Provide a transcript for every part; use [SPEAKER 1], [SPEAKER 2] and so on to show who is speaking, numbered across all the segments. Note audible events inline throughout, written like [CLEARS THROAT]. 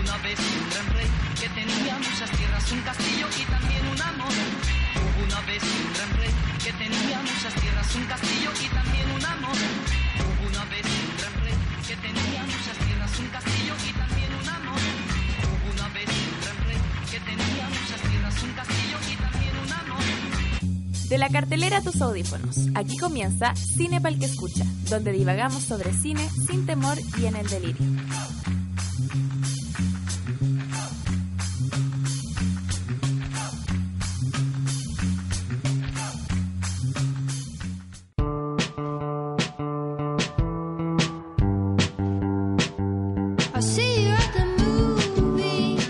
[SPEAKER 1] una vez un gran rey que tenía muchas tierras, un castillo y también un amor. Hubo una vez un gran rey que tenía muchas tierras, un castillo y también un amor. Hubo una vez un gran rey que tenía muchas tierras, un castillo y también un amor. Hubo una vez un gran rey que tenía muchas tierras, un castillo y también un amor.
[SPEAKER 2] De la cartelera a tus audífonos. Aquí comienza Cine para el que escucha, donde divagamos sobre cine sin temor y en el delirio.
[SPEAKER 3] I see you at the movies.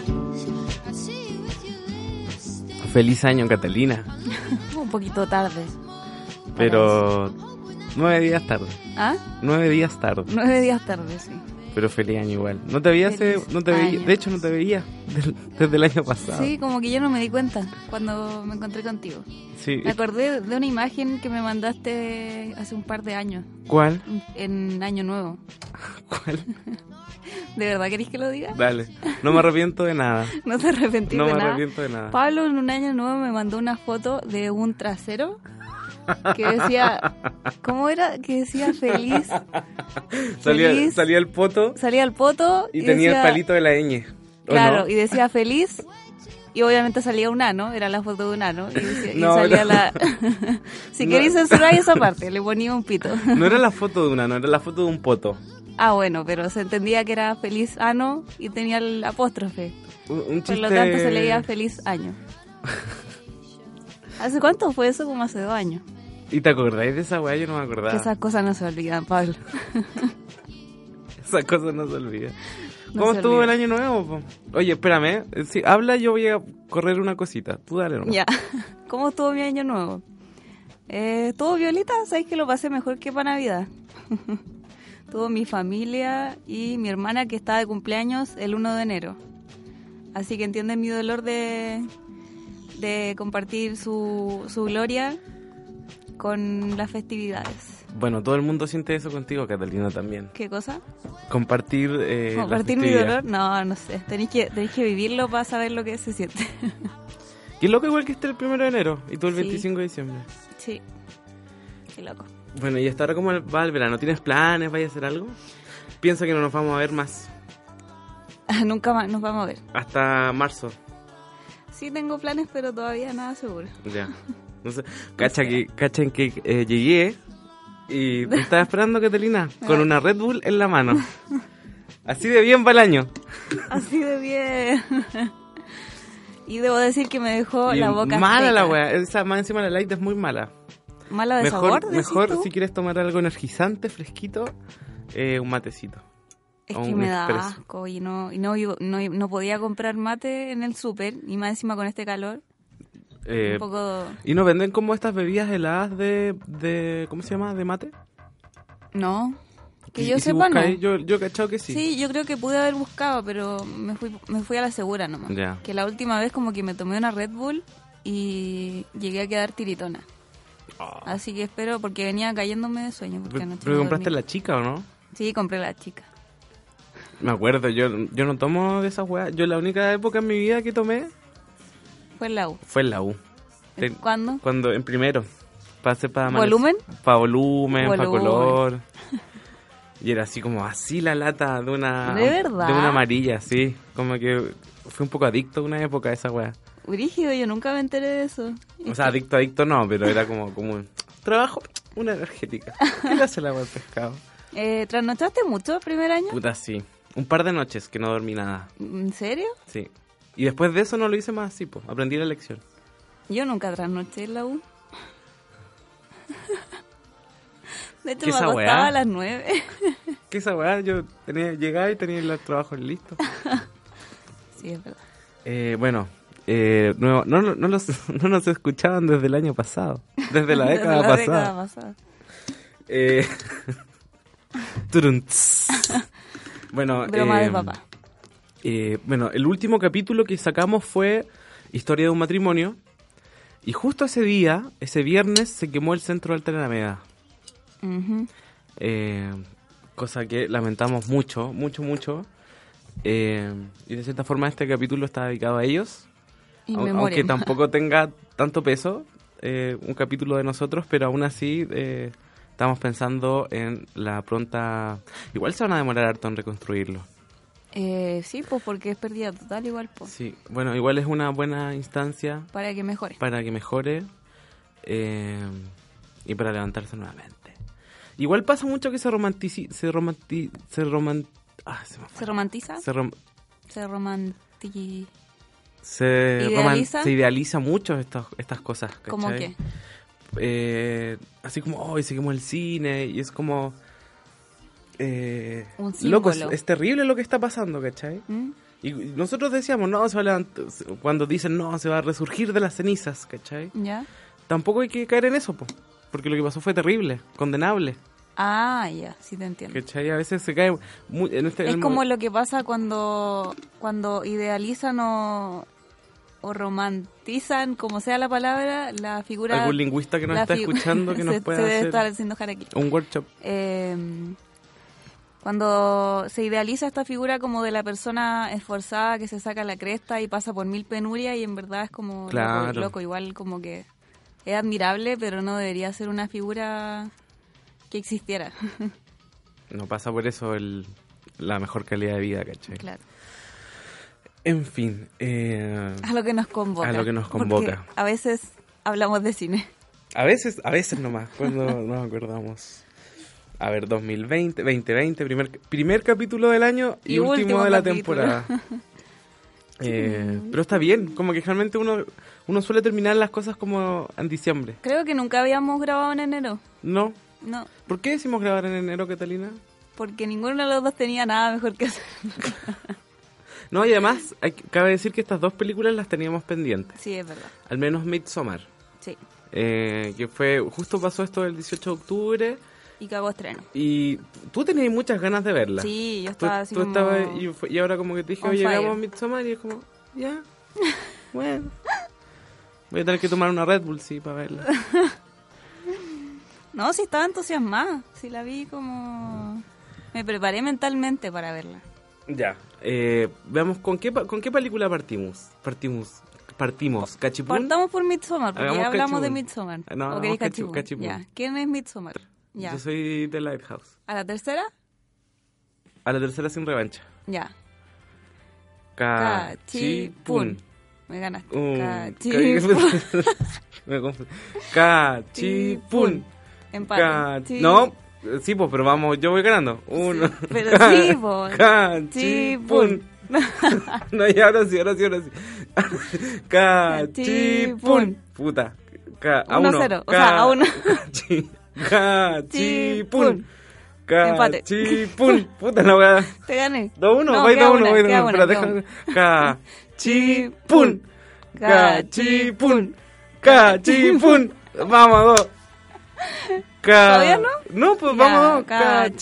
[SPEAKER 3] I see you with your lipstick.
[SPEAKER 4] Feliz año, Catalina.
[SPEAKER 5] Un poquito tarde.
[SPEAKER 4] Pero nueve días tarde.
[SPEAKER 5] ¿Ah?
[SPEAKER 4] Nueve días tarde.
[SPEAKER 5] Nueve días tarde, sí.
[SPEAKER 4] Pero feliz año igual. No te veía hace-
[SPEAKER 5] Feliz
[SPEAKER 4] no te veía-
[SPEAKER 5] año.
[SPEAKER 4] de hecho no te veía del- desde el año pasado.
[SPEAKER 5] Sí, como que yo no me di cuenta cuando me encontré contigo.
[SPEAKER 4] Sí.
[SPEAKER 5] Me acordé de una imagen que me mandaste hace un par de años,
[SPEAKER 4] ¿Cuál?
[SPEAKER 5] en Año Nuevo.
[SPEAKER 4] ¿Cuál?
[SPEAKER 5] ¿De verdad queréis que lo diga?
[SPEAKER 4] Dale. No me arrepiento de nada.
[SPEAKER 5] No te arrepentís
[SPEAKER 4] No
[SPEAKER 5] de
[SPEAKER 4] me
[SPEAKER 5] nada.
[SPEAKER 4] arrepiento de nada.
[SPEAKER 5] Pablo en un Año Nuevo me mandó una foto de un trasero que
[SPEAKER 4] [LAUGHS]
[SPEAKER 5] decía, ¿cómo era? Que decía feliz.
[SPEAKER 4] Salía,
[SPEAKER 5] Feliz.
[SPEAKER 4] salía el poto
[SPEAKER 5] Salía el poto
[SPEAKER 4] y tenía el
[SPEAKER 5] decía-
[SPEAKER 4] palito de la ñ. ¿o
[SPEAKER 5] Claro,
[SPEAKER 4] no?
[SPEAKER 5] y decía feliz. Y obviamente salía un ano, era la foto de un ano. Y, decía- y
[SPEAKER 4] [LAUGHS] No,
[SPEAKER 5] salía
[SPEAKER 4] no.
[SPEAKER 5] la. [LAUGHS] si
[SPEAKER 4] No.
[SPEAKER 5] queréis censurar esa
[SPEAKER 4] [LAUGHS]
[SPEAKER 5] parte, le ponía un pito. [LAUGHS]
[SPEAKER 4] No era la foto de una, no era la foto de un poto.
[SPEAKER 5] ah, bueno, pero se entendía que era feliz ano y tenía el apóstrofe.
[SPEAKER 4] Un, un chiste.
[SPEAKER 5] Por lo tanto se leía feliz
[SPEAKER 4] [LAUGHS]
[SPEAKER 5] año. ¿Hace cuánto fue eso? Como hace dos años.
[SPEAKER 4] ¿Y te acordáis de esa weá? Yo no me acordaba.
[SPEAKER 5] Que esas cosas no se olvidan, Pablo.
[SPEAKER 4] [LAUGHS] Esa cosa no se olvida.
[SPEAKER 5] No
[SPEAKER 4] ¿Cómo
[SPEAKER 5] se
[SPEAKER 4] estuvo
[SPEAKER 5] olvida.
[SPEAKER 4] el año nuevo? po? Oye, espérame. eh. Si habla, yo voy a correr una cosita. Tú dale nomás.
[SPEAKER 5] Ya. [LAUGHS] ¿Cómo estuvo mi año nuevo? Eh, estuvo Violeta, sabéis que lo pasé mejor que para Navidad. [LAUGHS] Tuvo mi familia y mi hermana que estaba de cumpleaños el 1 de enero. Así que entienden mi dolor de, de compartir su, su gloria con las festividades.
[SPEAKER 4] Bueno, todo el mundo siente eso contigo, Catalina, también.
[SPEAKER 5] ¿Qué cosa?
[SPEAKER 4] Compartir. Eh, la
[SPEAKER 5] ¿Compartir mi
[SPEAKER 4] festividad.
[SPEAKER 5] dolor? No, no sé. Tenéis que, tenéis que vivirlo para saber lo que se siente. [LAUGHS]
[SPEAKER 4] Qué loco, igual que esté el primero de enero y tú el
[SPEAKER 5] Sí.
[SPEAKER 4] 25 de diciembre.
[SPEAKER 5] sí. Qué loco. [LAUGHS]
[SPEAKER 4] Bueno, y hasta ahora, ¿cómo va el verano? ¿Tienes planes? ¿Vaya a hacer algo? Piensa que no nos vamos a ver más.
[SPEAKER 5] Nunca más nos vamos a ver.
[SPEAKER 4] Hasta marzo.
[SPEAKER 5] Sí tengo planes, pero todavía nada seguro. [LAUGHS]
[SPEAKER 4] Ya. No sé. Cacha que, cacha en que eh, llegué y te estaba esperando, Catalina, con una Red Bull en
[SPEAKER 5] [LAUGHS]
[SPEAKER 4] la mano. Así de bien va el año.
[SPEAKER 5] Así de bien. Y debo decir que me dejó
[SPEAKER 4] Y
[SPEAKER 5] Oh, la boca
[SPEAKER 4] mala la
[SPEAKER 5] seca.
[SPEAKER 4] weá. Esa más encima la light es muy mala.
[SPEAKER 5] Mala de
[SPEAKER 4] Mejor,
[SPEAKER 5] sabor, decís
[SPEAKER 4] mejor
[SPEAKER 5] tú?
[SPEAKER 4] si quieres tomar algo energizante, fresquito, eh, un matecito.
[SPEAKER 5] Es
[SPEAKER 4] o
[SPEAKER 5] que
[SPEAKER 4] un
[SPEAKER 5] me da
[SPEAKER 4] expreso.
[SPEAKER 5] asco y no y no, iba- no, no podía comprar mate en el súper y más encima con este calor.
[SPEAKER 4] Eh,
[SPEAKER 5] un poco
[SPEAKER 4] y nos venden como estas bebidas heladas de, de ¿cómo se llama? De mate.
[SPEAKER 5] no. Que
[SPEAKER 4] Y-
[SPEAKER 5] yo
[SPEAKER 4] y si
[SPEAKER 5] sepa no.
[SPEAKER 4] buscáis, yo, yo he cachado que sí.
[SPEAKER 5] Sí. yo creo que pude haber buscado, pero me fui me fui a la segura nomás.
[SPEAKER 4] Ya.
[SPEAKER 5] Que la última vez como que me tomé una Red Bull y llegué a quedar tiritona. Así que espero porque venía cayéndome de sueño porque
[SPEAKER 4] Ah. Pero,
[SPEAKER 5] anoche
[SPEAKER 4] pero
[SPEAKER 5] no
[SPEAKER 4] compraste
[SPEAKER 5] dormí.
[SPEAKER 4] la chica, ¿o no?
[SPEAKER 5] Sí, compré la chica.
[SPEAKER 4] Me acuerdo, yo, yo no tomo de esas weas. Yo la única época en mi vida que tomé
[SPEAKER 5] Fue en la U.
[SPEAKER 4] fue en la U. Te-
[SPEAKER 5] ¿Cuándo?
[SPEAKER 4] Cuando en primero. Pasé para
[SPEAKER 5] ¿Volumen?
[SPEAKER 4] Para volumen, para
[SPEAKER 5] Volumen.
[SPEAKER 4] color. Y era así como así la lata de una...
[SPEAKER 5] ¿De verdad?
[SPEAKER 4] De una amarilla, sí. Como que fui un poco adicto una época a esa wea.
[SPEAKER 5] Brígido, yo nunca me enteré de eso.
[SPEAKER 4] O sea, adicto, adicto no, pero era como, como un trabajo, una energética. ¿Qué le hace el agua al pescado?
[SPEAKER 5] Eh, ¿Trasnochaste mucho el primer año?
[SPEAKER 4] Puta, sí. Un par de noches que no dormí nada,
[SPEAKER 5] ¿En serio?
[SPEAKER 4] sí. Y después de eso no lo hice más así, po. Aprendí la lección.
[SPEAKER 5] Yo nunca trasnoché en la
[SPEAKER 4] [LAUGHS]
[SPEAKER 5] U. De hecho,
[SPEAKER 4] ¿Qué
[SPEAKER 5] me
[SPEAKER 4] esa
[SPEAKER 5] acostaba
[SPEAKER 4] weá?
[SPEAKER 5] a las nueve. [LAUGHS]
[SPEAKER 4] Que esa weá, yo tenía, llegaba y tenía los trabajos listos.
[SPEAKER 5] Sí, es verdad.
[SPEAKER 4] [LAUGHS] Eh, bueno, eh, nuevo- no, no, no los, [LAUGHS] no nos escuchaban desde el año pasado,
[SPEAKER 5] [LAUGHS]
[SPEAKER 4] desde la
[SPEAKER 5] Desde
[SPEAKER 4] década
[SPEAKER 5] la
[SPEAKER 4] pasada.
[SPEAKER 5] década pasada. [LAUGHS]
[SPEAKER 4] Eh, turun, tss. bueno,
[SPEAKER 5] Broma de
[SPEAKER 4] eh,
[SPEAKER 5] papá.
[SPEAKER 4] eh, bueno, el último capítulo que sacamos fue Historia de un matrimonio. Y justo ese día, ese viernes, se quemó el centro de Alta Alameda.
[SPEAKER 5] Ujú.
[SPEAKER 4] Eh, cosa que lamentamos mucho, mucho, mucho. Eh, y de cierta forma este capítulo está dedicado a ellos.
[SPEAKER 5] Y
[SPEAKER 4] Au-
[SPEAKER 5] me
[SPEAKER 4] aunque tampoco tenga tanto peso eh, un capítulo de nosotros, pero aún así eh, estamos pensando en la pronta... Igual se van a demorar harto en reconstruirlo.
[SPEAKER 5] [LAUGHS] Eh, sí, pues porque es pérdida total igual, pues.
[SPEAKER 4] Sí, bueno, igual es una buena instancia
[SPEAKER 5] Para que mejore.
[SPEAKER 4] para que mejore eh, y para levantarse nuevamente. Igual pasa mucho que se romantici... Se romanti... Se roman... ah, se me fue.
[SPEAKER 5] ¿Se romantiza?
[SPEAKER 4] Se rom-
[SPEAKER 5] Se romantiza.
[SPEAKER 4] se, roman-
[SPEAKER 5] ¿Idealiza?
[SPEAKER 4] se idealiza mucho estas estas cosas.
[SPEAKER 5] ¿Cómo qué?
[SPEAKER 4] ¿cachai? eh, así como, hoy seguimos el cine, y es como... eh,
[SPEAKER 5] Un
[SPEAKER 4] loco, es,
[SPEAKER 5] símbolo.
[SPEAKER 4] es terrible lo que está pasando, ¿cachai?
[SPEAKER 5] ¿Mm?
[SPEAKER 4] Y y nosotros decíamos, no, se va a levant- se- cuando dicen, no, se va a resurgir de las cenizas, ¿cachai?
[SPEAKER 5] ¿Ya?
[SPEAKER 4] Tampoco hay que caer en eso, po, porque lo que pasó fue terrible, condenable,
[SPEAKER 5] Ah, ya, sí te entiendo.
[SPEAKER 4] ¿cachai? A veces se cae... mu- en este,
[SPEAKER 5] Es
[SPEAKER 4] en-
[SPEAKER 5] como lo que pasa cuando, cuando idealizan o, o romantizan, como sea la palabra, la figura...
[SPEAKER 4] Algún lingüista que nos
[SPEAKER 5] la
[SPEAKER 4] está
[SPEAKER 5] figu-
[SPEAKER 4] escuchando que
[SPEAKER 5] [LAUGHS]
[SPEAKER 4] nos
[SPEAKER 5] se,
[SPEAKER 4] pueda
[SPEAKER 5] se debe
[SPEAKER 4] hacer
[SPEAKER 5] estar haciendo aquí.
[SPEAKER 4] un workshop.
[SPEAKER 5] eh, cuando se idealiza esta figura como de la persona esforzada que se saca la cresta y pasa por mil penurias y en verdad es como
[SPEAKER 4] Claro.
[SPEAKER 5] loco, loco, igual como que es admirable, pero no debería ser una figura que existiera.
[SPEAKER 4] No pasa por eso el, la mejor calidad de vida,
[SPEAKER 5] [LAUGHS]
[SPEAKER 4] ¿cachai?
[SPEAKER 5] claro.
[SPEAKER 4] En fin, eh,
[SPEAKER 5] [LAUGHS] A lo que nos convoca.
[SPEAKER 4] A lo que nos
[SPEAKER 5] porque
[SPEAKER 4] convoca.
[SPEAKER 5] a veces hablamos de cine.
[SPEAKER 4] A veces, a veces nomás, cuando nos acordamos. A ver, 2020, 2020, primer, primer capítulo del año y,
[SPEAKER 5] Y
[SPEAKER 4] último,
[SPEAKER 5] último
[SPEAKER 4] de la
[SPEAKER 5] capítulo.
[SPEAKER 4] temporada.
[SPEAKER 5] [LAUGHS]
[SPEAKER 4] Eh, pero está bien, como que generalmente uno, uno suele terminar las cosas como en diciembre.
[SPEAKER 5] Creo que nunca habíamos grabado en enero.
[SPEAKER 4] ¿No?
[SPEAKER 5] No,
[SPEAKER 4] ¿Por qué decimos grabar en enero, Catalina?
[SPEAKER 5] porque ninguno de los dos tenía nada mejor que hacer. [LAUGHS]
[SPEAKER 4] No, y además, hay que- cabe decir que estas dos películas las teníamos pendientes.
[SPEAKER 5] sí, es verdad.
[SPEAKER 4] Al menos Midsommar,
[SPEAKER 5] Sí.
[SPEAKER 4] eh, que fue, justo pasó esto el 18 de octubre
[SPEAKER 5] Y cagó estreno.
[SPEAKER 4] y tú tenías muchas ganas de verla.
[SPEAKER 5] Sí, yo
[SPEAKER 4] Tú,
[SPEAKER 5] estaba así
[SPEAKER 4] tú
[SPEAKER 5] como...
[SPEAKER 4] estabas y, fue- y ahora como que te dije,
[SPEAKER 5] on
[SPEAKER 4] oye,
[SPEAKER 5] fire".
[SPEAKER 4] llegamos a Midsommar y es como,
[SPEAKER 5] [LAUGHS]
[SPEAKER 4] ya, bueno. Voy a tener que tomar una Red Bull, sí, para verla.
[SPEAKER 5] No, sí estaba entusiasmada. Sí la vi como... Me preparé mentalmente para verla.
[SPEAKER 4] ya. Eh, veamos, ¿con qué, pa- ¿con qué película partimos? Partimos, partimos. ¿Cachipún?
[SPEAKER 5] Partamos por Midsommar, porque
[SPEAKER 4] Hagamos
[SPEAKER 5] ya hablamos de
[SPEAKER 4] Cachipún.
[SPEAKER 5] Midsommar.
[SPEAKER 4] Ah, no,
[SPEAKER 5] ¿O
[SPEAKER 4] hagamos
[SPEAKER 5] queréis
[SPEAKER 4] Cachi-
[SPEAKER 5] Cachipún?
[SPEAKER 4] Cachipún.
[SPEAKER 5] Ya. ¿Quién es Midsommar? Ya.
[SPEAKER 4] Yo soy de Lighthouse.
[SPEAKER 5] ¿A la tercera?
[SPEAKER 4] A la tercera sin revancha.
[SPEAKER 5] Ya.
[SPEAKER 4] Cachipún.
[SPEAKER 5] Cachipún. Me ganaste.
[SPEAKER 4] Ah, [LAUGHS] Uh,
[SPEAKER 5] Cachipún.
[SPEAKER 4] [LAUGHS]
[SPEAKER 5] [LAUGHS]
[SPEAKER 4] Me confundí. Cachipún.
[SPEAKER 5] Empate.
[SPEAKER 4] Ca-
[SPEAKER 5] Sí.
[SPEAKER 4] No, eh, sí, pues, pero vamos, yo voy ganando. Uno. [LAUGHS]
[SPEAKER 5] pero
[SPEAKER 4] Ca-
[SPEAKER 5] sí, pues.
[SPEAKER 4] Cachipún. [LAUGHS] No, y ahora sí, ahora sí, ahora sí. [LAUGHS] Cachipún.
[SPEAKER 5] Cachipún.
[SPEAKER 4] Puta. Ca- a
[SPEAKER 5] Uno
[SPEAKER 4] uno.
[SPEAKER 5] cero, o sea, a
[SPEAKER 4] [LAUGHS]
[SPEAKER 5] uno.
[SPEAKER 4] Cachi- Cachipún.
[SPEAKER 5] Empate.
[SPEAKER 4] Cachipún. Puta la weá.
[SPEAKER 5] Te gané.
[SPEAKER 4] [LAUGHS] Dos uno,
[SPEAKER 5] No,
[SPEAKER 4] voy
[SPEAKER 5] queda
[SPEAKER 4] dos uno,
[SPEAKER 5] una,
[SPEAKER 4] voy
[SPEAKER 5] queda
[SPEAKER 4] dos uno.
[SPEAKER 5] una, queda
[SPEAKER 4] Pero déjame.
[SPEAKER 5] una. [LAUGHS]
[SPEAKER 4] Cachipún. Cachipún.
[SPEAKER 5] Cachipún. [LAUGHS]
[SPEAKER 4] Cachipún. Vamos a dos. Ca-
[SPEAKER 5] ¿Todavía no?
[SPEAKER 4] No, pues
[SPEAKER 5] Ya,
[SPEAKER 4] vamos a dos.
[SPEAKER 5] cachipún.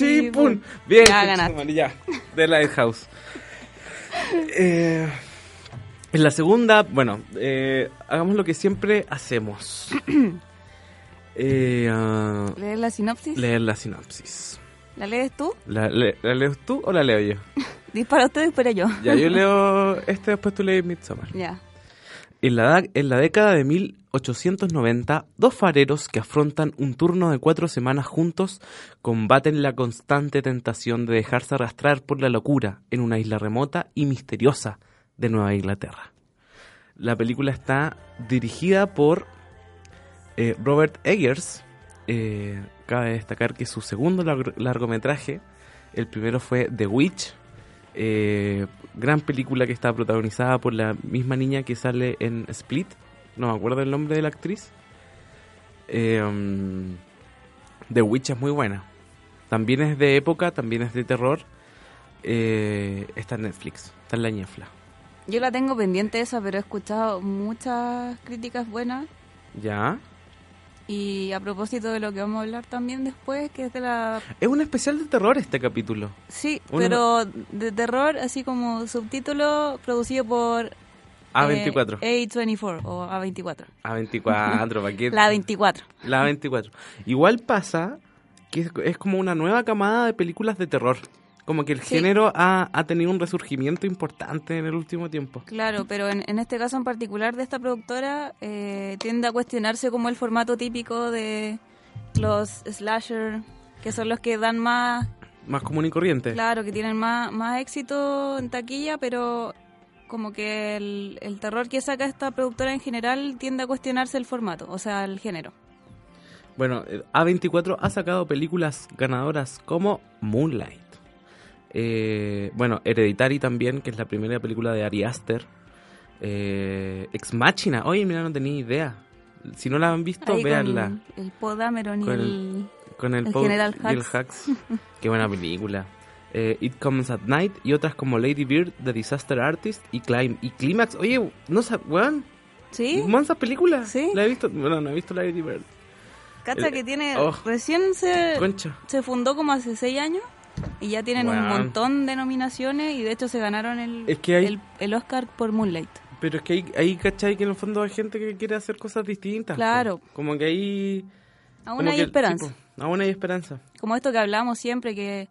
[SPEAKER 4] Cachipún. Bien.
[SPEAKER 5] Ya ganaste.
[SPEAKER 4] Chetumare, Ya, de Lighthouse. Eh, en la segunda, bueno, eh, hagamos lo que siempre
[SPEAKER 5] [COUGHS]
[SPEAKER 4] hacemos. Eh, ah,
[SPEAKER 5] ¿Lees la sinopsis?
[SPEAKER 4] leer la sinopsis.
[SPEAKER 5] ¿La lees tú?
[SPEAKER 4] ¿La, le- ¿La lees tú o la leo yo?
[SPEAKER 5] Dispara usted y dispara yo.
[SPEAKER 4] Ya, yo leo este, después tú lees Midsommar.
[SPEAKER 5] Ya.
[SPEAKER 4] En la, da- en la década de 1890, dos fareros que afrontan un turno de cuatro semanas juntos combaten la constante tentación de dejarse arrastrar por la locura en una isla remota y misteriosa de Nueva Inglaterra. La película está dirigida por eh, Robert Eggers. Eh, cabe destacar que es su segundo larg- largometraje, el primero fue The Witch, eh, gran película que está protagonizada por la misma niña que sale en Split. No me acuerdo el nombre de la actriz. Eh, mm, The Witch es muy buena. También es de época, también es de terror. Eh, está en Netflix, está en la ñefla.
[SPEAKER 5] Yo la tengo pendiente esa, pero he escuchado muchas críticas buenas.
[SPEAKER 4] ¿Ya?
[SPEAKER 5] Y a propósito de lo que vamos a hablar también después, que es de la...
[SPEAKER 4] Es un especial de terror este capítulo.
[SPEAKER 5] Sí,
[SPEAKER 4] Uno-
[SPEAKER 5] pero de terror, así como subtítulo producido por... eh,
[SPEAKER 4] A24.
[SPEAKER 5] A24 o A24.
[SPEAKER 4] A24, ¿para qué?
[SPEAKER 5] La 24.
[SPEAKER 4] La 24. Igual pasa que es- es como una nueva camada de películas de terror. Como que el género ha, ha tenido un resurgimiento importante en el último tiempo.
[SPEAKER 5] Claro, pero en, en este caso en particular de esta productora eh, tiende a cuestionarse como el formato típico de los slasher, que son los que dan más,
[SPEAKER 4] Más común y corriente.
[SPEAKER 5] claro, que tienen más, más éxito en taquilla, pero como que el, el terror que saca esta productora en general tiende a cuestionarse el formato, o sea, el género.
[SPEAKER 4] Bueno, eh, A24 ha sacado películas ganadoras como Moonlight. Eh, bueno, Hereditary también, que es la primera película de Ari Aster. Eh, Ex Machina. Oye, mira, no tenía idea. Si no la han visto,
[SPEAKER 5] Ahí con
[SPEAKER 4] véanla.
[SPEAKER 5] el Podameron y
[SPEAKER 4] Con el-
[SPEAKER 5] el...
[SPEAKER 4] Con el,
[SPEAKER 5] El
[SPEAKER 4] Paul
[SPEAKER 5] General
[SPEAKER 4] Bill
[SPEAKER 5] [LAUGHS]
[SPEAKER 4] Hacks. Qué buena película. Eh, It Comes at Night y otras como Lady Bird, The Disaster Artist y Climb. Y Climax. Oye, no sabes, weón.
[SPEAKER 5] ¿Sí?
[SPEAKER 4] Mansa película.
[SPEAKER 5] Sí.
[SPEAKER 4] La he visto. Bueno, no he visto Lady Bird.
[SPEAKER 5] Cacha
[SPEAKER 4] el-
[SPEAKER 5] que tiene...
[SPEAKER 4] oh.
[SPEAKER 5] Recién se...
[SPEAKER 4] Concha.
[SPEAKER 5] se fundó como hace seis años y ya tienen un
[SPEAKER 4] Weón.
[SPEAKER 5] montón de nominaciones y de hecho se ganaron el,
[SPEAKER 4] Es que hay-
[SPEAKER 5] el, el Oscar por Moonlight.
[SPEAKER 4] Pero es que ahí, ahí, ¿cachai? Que en el fondo hay gente que quiere hacer cosas distintas. po.
[SPEAKER 5] Claro.
[SPEAKER 4] Como que ahí...
[SPEAKER 5] Aún
[SPEAKER 4] como
[SPEAKER 5] hay
[SPEAKER 4] que-
[SPEAKER 5] esperanza.
[SPEAKER 4] sí, po, aún hay esperanza.
[SPEAKER 5] Como esto que hablamos siempre, que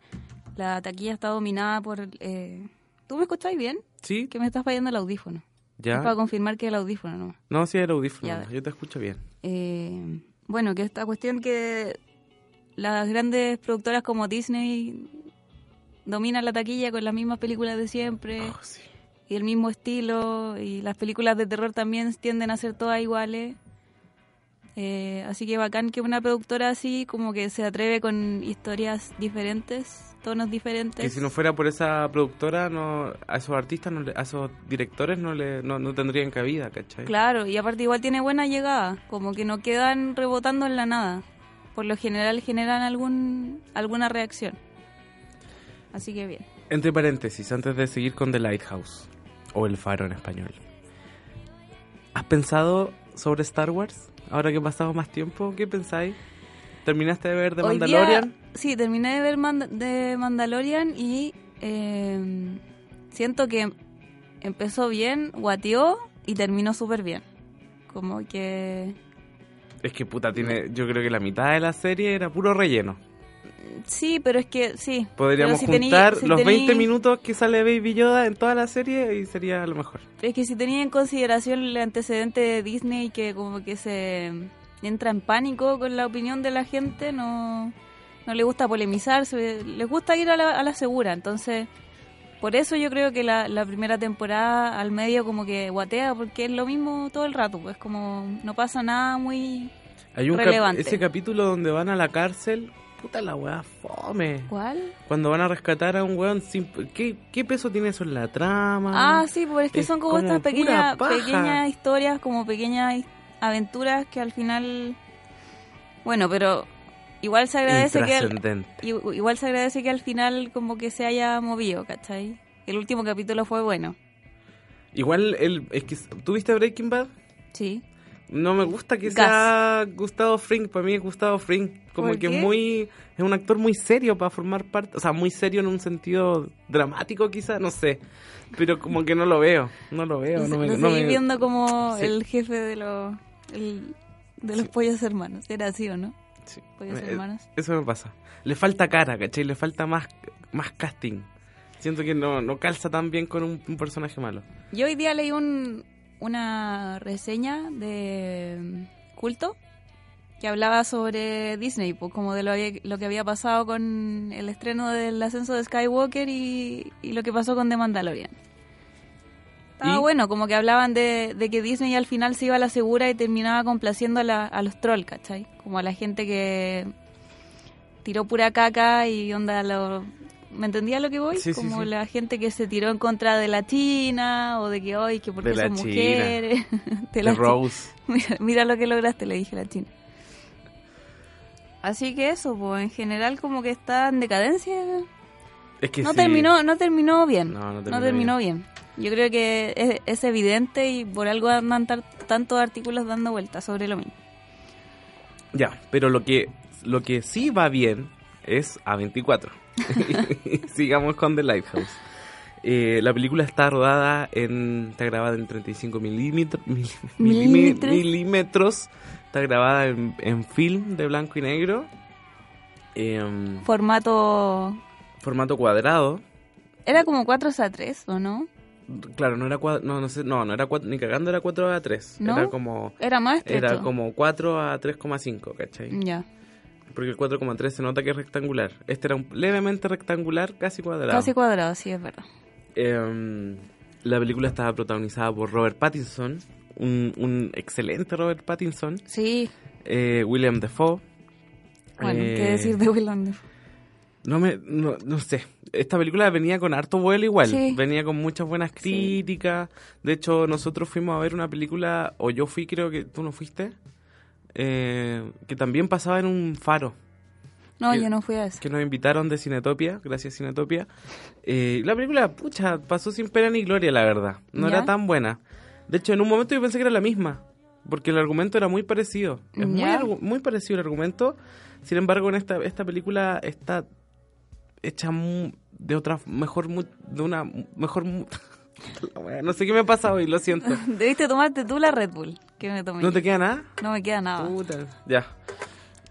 [SPEAKER 5] la taquilla está dominada por... eh, ¿Tú me escucháis bien?
[SPEAKER 4] ¿Sí?
[SPEAKER 5] Que me estás fallando el audífono. Es para
[SPEAKER 4] ¿Ya?
[SPEAKER 5] confirmar que el audífono no.
[SPEAKER 4] No, sí, el audífono.
[SPEAKER 5] Ya.
[SPEAKER 4] Yo te escucho bien.
[SPEAKER 5] Eh, bueno, que esta cuestión que las grandes productoras como Disney dominan la taquilla con las mismas películas de siempre.
[SPEAKER 4] Oh, sí.
[SPEAKER 5] y el mismo estilo y las películas de terror también tienden a ser todas iguales. Eh, así que bacán que una productora así como que se atreve con historias diferentes, tonos diferentes.
[SPEAKER 4] Que si no fuera por esa productora, no, a esos artistas, no le- a esos directores no, le, no, no tendrían cabida, ¿cachai?
[SPEAKER 5] Claro, y aparte igual tiene buena llegada, como que no quedan rebotando en la nada. Por lo general generan algún alguna reacción. Así que bien.
[SPEAKER 4] Entre paréntesis, antes de seguir con The Lighthouse, o El Faro en español. ¿Has pensado sobre Star Wars? Ahora que ha pasado más tiempo, ¿qué pensáis? ¿Terminaste de ver The
[SPEAKER 5] Hoy día-
[SPEAKER 4] Mandalorian?
[SPEAKER 5] sí, terminé de ver Mand- de Mandalorian y eh, siento que empezó bien, guateó y terminó súper bien. Como que...
[SPEAKER 4] Es que puta, tiene. Yo creo que la mitad de la serie era puro relleno.
[SPEAKER 5] Sí, pero es que sí.
[SPEAKER 4] Podríamos
[SPEAKER 5] pero si tení-
[SPEAKER 4] juntar
[SPEAKER 5] si
[SPEAKER 4] los
[SPEAKER 5] tení-
[SPEAKER 4] 20 minutos que sale Baby Yoda en toda la serie y sería lo mejor.
[SPEAKER 5] Es que si tenía en consideración el antecedente de Disney que como que se entra en pánico con la opinión de la gente, no, no le gusta polemizar, se- les gusta ir a la, a la segura. Entonces, por eso yo creo que la, la primera temporada al medio como que guatea, porque es lo mismo todo el rato, pues como no pasa nada muy...
[SPEAKER 4] Hay un cap-
[SPEAKER 5] Relevante.
[SPEAKER 4] ese capítulo donde van a la cárcel. Puta la weá, fome.
[SPEAKER 5] ¿Cuál?
[SPEAKER 4] Cuando van a rescatar a un weón sin. ¿Qué, qué peso tiene eso en la trama?
[SPEAKER 5] Ah, sí, pues es que
[SPEAKER 4] es
[SPEAKER 5] son como,
[SPEAKER 4] como
[SPEAKER 5] estas
[SPEAKER 4] pura
[SPEAKER 5] pequeñas,
[SPEAKER 4] paja.
[SPEAKER 5] pequeñas historias, como pequeñas his- aventuras que al final... Bueno, pero igual se agradece que... al-
[SPEAKER 4] Intrascendente.
[SPEAKER 5] Y- Igual se agradece que al final como que se haya movido, ¿cachai? El último capítulo fue bueno.
[SPEAKER 4] Igual, el, es que. ¿Tuviste Breaking Bad?
[SPEAKER 5] Sí.
[SPEAKER 4] No me gusta que
[SPEAKER 5] Gas.
[SPEAKER 4] sea Gustavo Fring, para mí es Gustavo Fring. Como
[SPEAKER 5] ¿Por
[SPEAKER 4] que
[SPEAKER 5] qué?
[SPEAKER 4] es muy. Es un actor muy serio para formar parte. O sea, muy serio en un sentido dramático, quizá, no sé. Pero como que no lo veo. No lo veo.
[SPEAKER 5] Lo,
[SPEAKER 4] No me,
[SPEAKER 5] lo
[SPEAKER 4] no
[SPEAKER 5] seguí
[SPEAKER 4] me-
[SPEAKER 5] viendo como
[SPEAKER 4] sí.
[SPEAKER 5] el jefe de los el- de los pollos hermanos. Era así o no?
[SPEAKER 4] sí,
[SPEAKER 5] Pollos
[SPEAKER 4] me-
[SPEAKER 5] hermanos.
[SPEAKER 4] Eso me pasa. Le falta cara, ¿cachai? Le falta más, más casting. Siento que no, no calza tan bien con un, un personaje malo.
[SPEAKER 5] Yo hoy día leí un, una reseña de mm, culto que hablaba sobre Disney, pues como de lo, había- lo que había pasado con el estreno del ascenso de Skywalker y, y lo que pasó con The Mandalorian. Estaba
[SPEAKER 4] ¿Y?
[SPEAKER 5] bueno, como que hablaban de, de que Disney al final se iba a la segura y terminaba complaciendo a, la- a los trolls, ¿cachai? Como a la gente que tiró pura caca y onda lo... ¿Me entendía lo que voy?
[SPEAKER 4] Sí, sí,
[SPEAKER 5] como
[SPEAKER 4] sí.
[SPEAKER 5] la gente que se tiró en contra de la China o de que, hoy que porque
[SPEAKER 4] De la
[SPEAKER 5] son
[SPEAKER 4] China.
[SPEAKER 5] mujeres. [LAUGHS] de
[SPEAKER 4] De
[SPEAKER 5] la chi-
[SPEAKER 4] Rose.
[SPEAKER 5] Mira, mira lo que lograste, le dije a la China. Así que eso, pues en general como que está en decadencia
[SPEAKER 4] Es que
[SPEAKER 5] no
[SPEAKER 4] sí.
[SPEAKER 5] terminó no terminó bien
[SPEAKER 4] No,
[SPEAKER 5] no,
[SPEAKER 4] no
[SPEAKER 5] terminó,
[SPEAKER 4] terminó
[SPEAKER 5] bien. yo creo que es, es evidente y por algo andan tar- tantos artículos dando vueltas sobre lo mismo
[SPEAKER 4] Ya, pero lo que, lo que sí va bien es A24.
[SPEAKER 5] [LAUGHS]
[SPEAKER 4] [LAUGHS] Sigamos con The Lighthouse. Eh, la película está rodada en. Está grabada en 35 milímetros.
[SPEAKER 5] Milímetros.
[SPEAKER 4] milímetros. Está grabada en, en film de blanco y negro. Em,
[SPEAKER 5] formato
[SPEAKER 4] formato cuadrado.
[SPEAKER 5] Era como 4 a 3, ¿o no?
[SPEAKER 4] Claro, no era cuadra- no, no sé, no, no era cuat- ni cagando era 4 a 3.
[SPEAKER 5] ¿No?
[SPEAKER 4] Era como
[SPEAKER 5] Era más estrecho. Mm.
[SPEAKER 4] era como 4 a 3,5, ¿cachai?
[SPEAKER 5] Ya,
[SPEAKER 4] Porque el 4,3 se nota que es rectangular. Este era un, levemente rectangular, casi cuadrado.
[SPEAKER 5] casi cuadrado, sí, es verdad.
[SPEAKER 4] Em, la película estaba protagonizada por Robert Pattinson, un, un excelente Robert Pattinson,
[SPEAKER 5] Sí,
[SPEAKER 4] eh, William Defoe.
[SPEAKER 5] bueno,
[SPEAKER 4] eh,
[SPEAKER 5] qué decir de Willem
[SPEAKER 4] No, me, no, no sé. Esta película venía con harto vuelo igual.
[SPEAKER 5] Sí.
[SPEAKER 4] Venía con muchas buenas críticas. De hecho, nosotros fuimos a ver una película, o yo fui, creo que tú no fuiste, eh, que también pasaba en un faro.
[SPEAKER 5] No,
[SPEAKER 4] que-
[SPEAKER 5] yo no fui a eso.
[SPEAKER 4] que nos invitaron de Cinetopia, gracias Cinetopia. Eh, la película, pucha, pasó sin pena ni gloria, la verdad. No
[SPEAKER 5] Ya.
[SPEAKER 4] era tan buena. De hecho, en un momento yo pensé que era la misma, porque el argumento era muy parecido. Es muy,
[SPEAKER 5] Ya.
[SPEAKER 4] argu- muy parecido el argumento. Sin embargo, en esta, esta película está hecha mu- de otra mejor mu- de una mejor mu- [LAUGHS] La wea, no sé qué me pasa hoy, lo siento.
[SPEAKER 5] [LAUGHS] [LAUGHS] Debiste tomarte tú la Red Bull, que me tomé.
[SPEAKER 4] ¿No te queda nada?
[SPEAKER 5] No me queda nada.
[SPEAKER 4] Puta, Ya.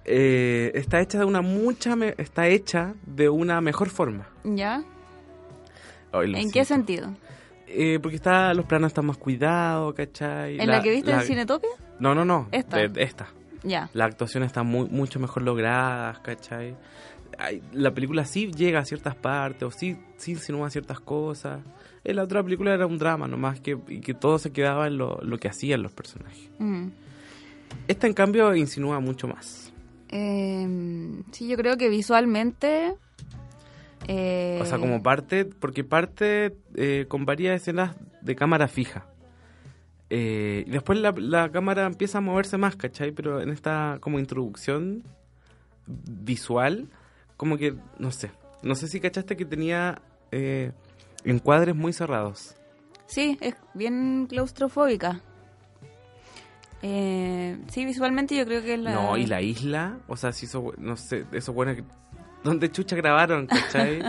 [SPEAKER 4] Eh, está hecha de una mucha me- está hecha de una mejor forma.
[SPEAKER 5] ¿Ya?
[SPEAKER 4] Ay, lo
[SPEAKER 5] ¿En qué
[SPEAKER 4] siento.
[SPEAKER 5] sentido?
[SPEAKER 4] Eh, porque está, los planos están más cuidados, ¿cachai?
[SPEAKER 5] ¿En la, que viste
[SPEAKER 4] la-
[SPEAKER 5] en Cinetopia?
[SPEAKER 4] No, no, no.
[SPEAKER 5] Esta.
[SPEAKER 4] de- de esta.
[SPEAKER 5] Ya.
[SPEAKER 4] La actuación está muy, mucho mejor lograda, ¿cachai? Ay, La película sí llega a ciertas partes, o sí, sí insinúa ciertas cosas. En la otra película era un drama nomás, que, y que todo se quedaba en lo, lo que hacían los personajes.
[SPEAKER 5] Mm.
[SPEAKER 4] Esta, en cambio, insinúa mucho más.
[SPEAKER 5] Eh, sí, yo creo que visualmente... eh,
[SPEAKER 4] O sea, como parte, porque parte eh, con varias escenas de cámara fija. Eh, y después la, la cámara empieza a moverse más, ¿cachai? Pero en esta como introducción visual, como que, no sé, no sé si cachaste que tenía eh, encuadres muy cerrados.
[SPEAKER 5] Sí, es bien claustrofóbica. Eh, sí, visualmente yo creo que la...
[SPEAKER 4] No, y la isla, o sea, si eso, no sé, eso bueno, ¿dónde chucha
[SPEAKER 5] [LAUGHS]
[SPEAKER 4] grabaron, ¿cachai?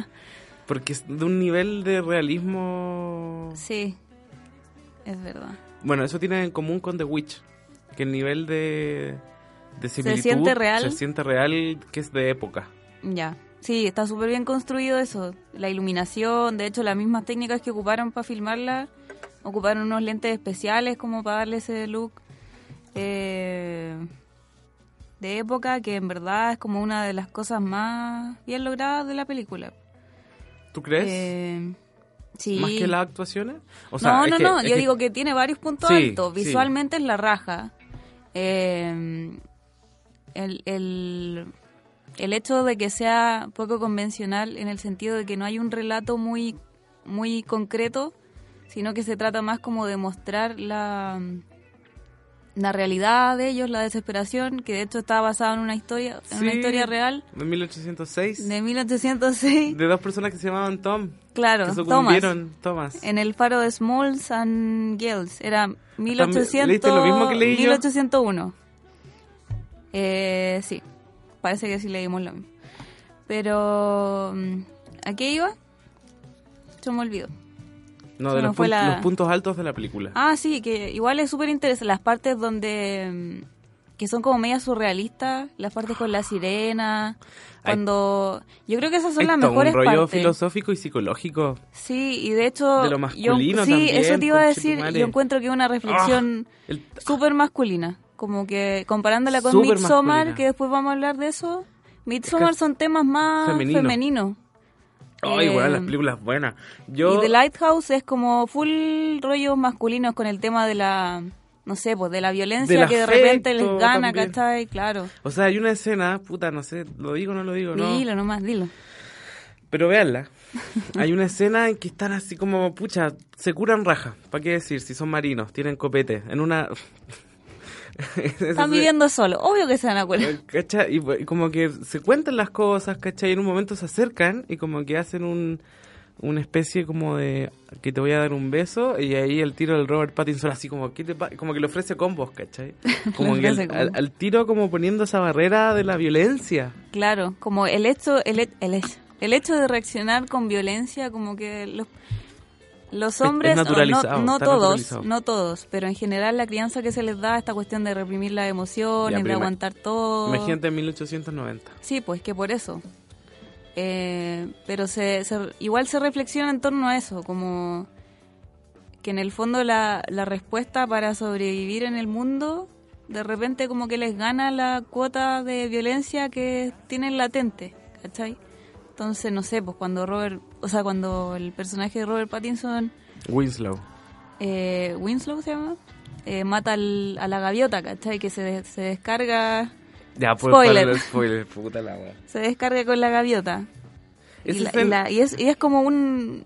[SPEAKER 4] Porque es de un nivel de realismo...
[SPEAKER 5] Sí, es verdad.
[SPEAKER 4] Bueno, eso tiene en común con The Witch, que el nivel de, de similitud
[SPEAKER 5] siente real?
[SPEAKER 4] se siente real, que es de época.
[SPEAKER 5] Ya. Sí, está súper bien construido eso. La iluminación, de hecho, las mismas técnicas que ocuparon para filmarla, ocuparon unos lentes especiales como para darle ese look eh, de época, que en verdad es como una de las cosas más bien logradas de la película.
[SPEAKER 4] ¿Tú crees?
[SPEAKER 5] Eh, sí.
[SPEAKER 4] Más que las actuaciones. O
[SPEAKER 5] no,
[SPEAKER 4] es
[SPEAKER 5] no,
[SPEAKER 4] que-
[SPEAKER 5] no.
[SPEAKER 4] es
[SPEAKER 5] Yo
[SPEAKER 4] que-
[SPEAKER 5] digo que tiene varios puntos
[SPEAKER 4] Sí,
[SPEAKER 5] altos.
[SPEAKER 4] sí.
[SPEAKER 5] Visualmente es la raja. Eh, el, el, el hecho de que sea poco convencional en el sentido de que no hay un relato muy, muy concreto, sino que se trata más como de mostrar la, la realidad de ellos, la desesperación, que de hecho está basada en una historia, en una
[SPEAKER 4] Sí,
[SPEAKER 5] historia real
[SPEAKER 4] De 1806. De...
[SPEAKER 5] de 1806.
[SPEAKER 4] dos personas que se llamaban Tom.
[SPEAKER 5] claro,
[SPEAKER 4] que
[SPEAKER 5] Thomas.
[SPEAKER 4] sucumbieron. Thomas.
[SPEAKER 5] En el faro de Smalls and Gales. Era 1800,
[SPEAKER 4] ¿Leíste lo mismo que leí yo?
[SPEAKER 5] 1801. Eh, sí, parece que sí leímos lo mismo. Pero, mm, ¿a qué iba? Yo me olvido.
[SPEAKER 4] No,
[SPEAKER 5] se
[SPEAKER 4] de
[SPEAKER 5] nos
[SPEAKER 4] los,
[SPEAKER 5] fue
[SPEAKER 4] pun-
[SPEAKER 5] la-
[SPEAKER 4] los puntos altos de la película.
[SPEAKER 5] Ah, sí, que igual es súper interesante. Las partes donde... mm, que son como media surrealistas. Las partes con la sirena.
[SPEAKER 4] Hay-
[SPEAKER 5] Cuando... Yo creo que esas son
[SPEAKER 4] Hay
[SPEAKER 5] las
[SPEAKER 4] todo
[SPEAKER 5] mejores
[SPEAKER 4] un rollo
[SPEAKER 5] partes.
[SPEAKER 4] filosófico y psicológico.
[SPEAKER 5] Sí, y de hecho...
[SPEAKER 4] De lo
[SPEAKER 5] yo-
[SPEAKER 4] masculino
[SPEAKER 5] sí,
[SPEAKER 4] también,
[SPEAKER 5] eso te iba a decir.
[SPEAKER 4] conchetumare.
[SPEAKER 5] Yo encuentro que es una reflexión
[SPEAKER 4] Ah, El-
[SPEAKER 5] súper masculina. Como que comparándola con
[SPEAKER 4] Súper
[SPEAKER 5] Midsommar,
[SPEAKER 4] masculina.
[SPEAKER 5] que después vamos a hablar de eso. Midsommar son temas más
[SPEAKER 4] Femenino.
[SPEAKER 5] femeninos.
[SPEAKER 4] Ay,
[SPEAKER 5] Eh,
[SPEAKER 4] bueno, las películas buenas. Yo...
[SPEAKER 5] Y The Lighthouse es como full rollos masculinos con el tema de la, no sé, pues de la violencia
[SPEAKER 4] Del
[SPEAKER 5] que de
[SPEAKER 4] afecto
[SPEAKER 5] repente les gana,
[SPEAKER 4] también.
[SPEAKER 5] ¿cachai? Claro.
[SPEAKER 4] O sea, hay una escena, puta, no sé, lo digo o no lo digo, no.
[SPEAKER 5] Dilo nomás, dilo. [LAUGHS]
[SPEAKER 4] Pero véanla. Hay una escena en que están así como, pucha, se curan raja. ¿Para qué decir? Si son marinos, tienen copete. En una... [LAUGHS]
[SPEAKER 5] Están viviendo solo. Obvio que se van a curar.
[SPEAKER 4] ¿Cachai? Y, po- y como que se cuentan las cosas, ¿cachai? Y en un momento se acercan y como que hacen un, una especie como de que te voy a dar un beso y ahí el tiro del Robert Pattinson así como ¿qué te pa-? como que le ofrece
[SPEAKER 5] [LAUGHS]
[SPEAKER 4] combos, ¿cachai? Como que al-
[SPEAKER 5] ofrece
[SPEAKER 4] al,
[SPEAKER 5] combos.
[SPEAKER 4] al tiro como poniendo esa barrera de la violencia.
[SPEAKER 5] Claro, como el hecho, el, he- el hecho. El hecho de reaccionar con violencia, como que los, los
[SPEAKER 4] es
[SPEAKER 5] hombres, o
[SPEAKER 4] naturalizado,
[SPEAKER 5] no, no
[SPEAKER 4] está
[SPEAKER 5] todos,
[SPEAKER 4] naturalizado.
[SPEAKER 5] no todos, pero en general la crianza que se les da, esta cuestión de reprimir las emociones,
[SPEAKER 4] pero
[SPEAKER 5] de
[SPEAKER 4] ima-
[SPEAKER 5] Oh. aguantar todo.
[SPEAKER 4] Imagínate en 1890.
[SPEAKER 5] Sí, pues que por eso. Eh, pero se, se- igual se reflexiona en torno a eso, como que en el fondo la, la respuesta para sobrevivir en el mundo de repente como que les gana la cuota de violencia que tienen latente, ¿cachai? Entonces, no sé, pues cuando Robert, o sea, cuando el personaje de Robert Pattinson
[SPEAKER 4] Winslow.
[SPEAKER 5] eh, Winslow se llama, eh, mata al- a la gaviota, ¿cachai? Que se, de- se descarga
[SPEAKER 4] Ya, pues,
[SPEAKER 5] Spoiler.
[SPEAKER 4] para el spoiler, puta la wea.
[SPEAKER 5] se descarga con la gaviota. [LAUGHS] Y,
[SPEAKER 4] Ese
[SPEAKER 5] la-
[SPEAKER 4] es el-
[SPEAKER 5] y la- y es, y es como un,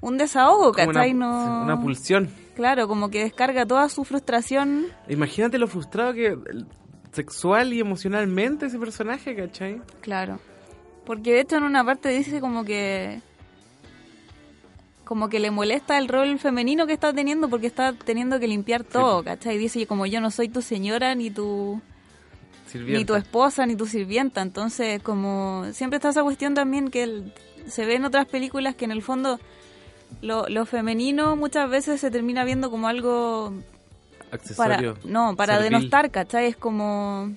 [SPEAKER 5] un desahogo,
[SPEAKER 4] como una,
[SPEAKER 5] ¿cachai? no,
[SPEAKER 4] una pulsión.
[SPEAKER 5] claro, como que descarga toda su frustración.
[SPEAKER 4] Imagínate lo frustrado que el- sexual y emocionalmente ese personaje, ¿cachai?
[SPEAKER 5] Claro. Porque de hecho en una parte dice como que... Como que le molesta el rol femenino que está teniendo porque está teniendo que limpiar todo, ¿cachai? Dice como yo no soy tu señora ni tu... ni tu
[SPEAKER 4] Sirvienta.
[SPEAKER 5] esposa ni tu sirvienta. Entonces, como siempre está esa cuestión también que el- se ve en otras películas que en el fondo lo, lo femenino muchas veces se termina viendo como algo para
[SPEAKER 4] Accesorio.
[SPEAKER 5] no, para
[SPEAKER 4] servil.
[SPEAKER 5] denostar, ¿cachai? Es como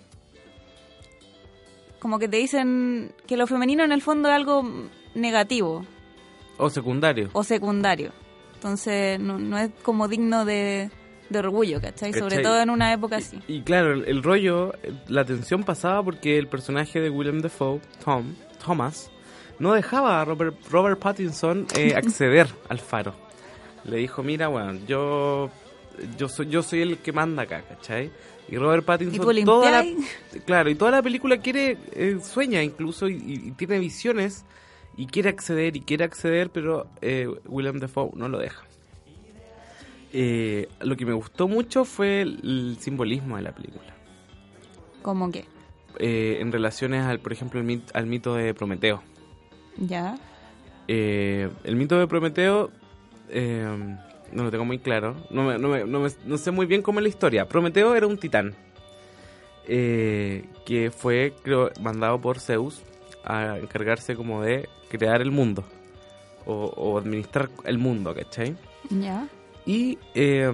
[SPEAKER 5] como que te dicen que lo femenino en el fondo es algo negativo
[SPEAKER 4] O secundario.
[SPEAKER 5] o secundario. Entonces, no, no es como digno de, de orgullo, ¿cachai? Sobre
[SPEAKER 4] ¿Cachai?
[SPEAKER 5] todo en una época así.
[SPEAKER 4] Y claro, el, el rollo, eh, la tensión pasaba porque el personaje de William Defoe, Tom, Thomas, no dejaba a Robert, Robert Pattinson
[SPEAKER 5] [LAUGHS]
[SPEAKER 4] eh, acceder al faro. Le dijo, mira, bueno, yo, yo, soy, yo soy el que manda acá, ¿cachai? Y Robert
[SPEAKER 5] Y
[SPEAKER 4] Pattinson
[SPEAKER 5] tú
[SPEAKER 4] toda la,
[SPEAKER 5] limpiáis.
[SPEAKER 4] [LAUGHS] claro, y toda la película quiere, eh, sueña incluso y, y- y tiene visiones y quiere acceder y quiere acceder, pero eh, William Defoe no lo deja. Eh, lo que me gustó mucho fue el, el simbolismo de la película.
[SPEAKER 5] Como que,
[SPEAKER 4] Eh, en relaciones al, por ejemplo, al mit- al mito de Prometeo.
[SPEAKER 5] ya.
[SPEAKER 4] Eh, el mito de Prometeo eh, no lo tengo muy claro. No, me- no me- no me- no sé muy bien cómo es la historia. Prometeo era un titán eh, que fue creo, mandado por Zeus a encargarse como de crear el mundo o, o administrar el mundo, ¿cachai?
[SPEAKER 5] Ya.
[SPEAKER 4] Y eh,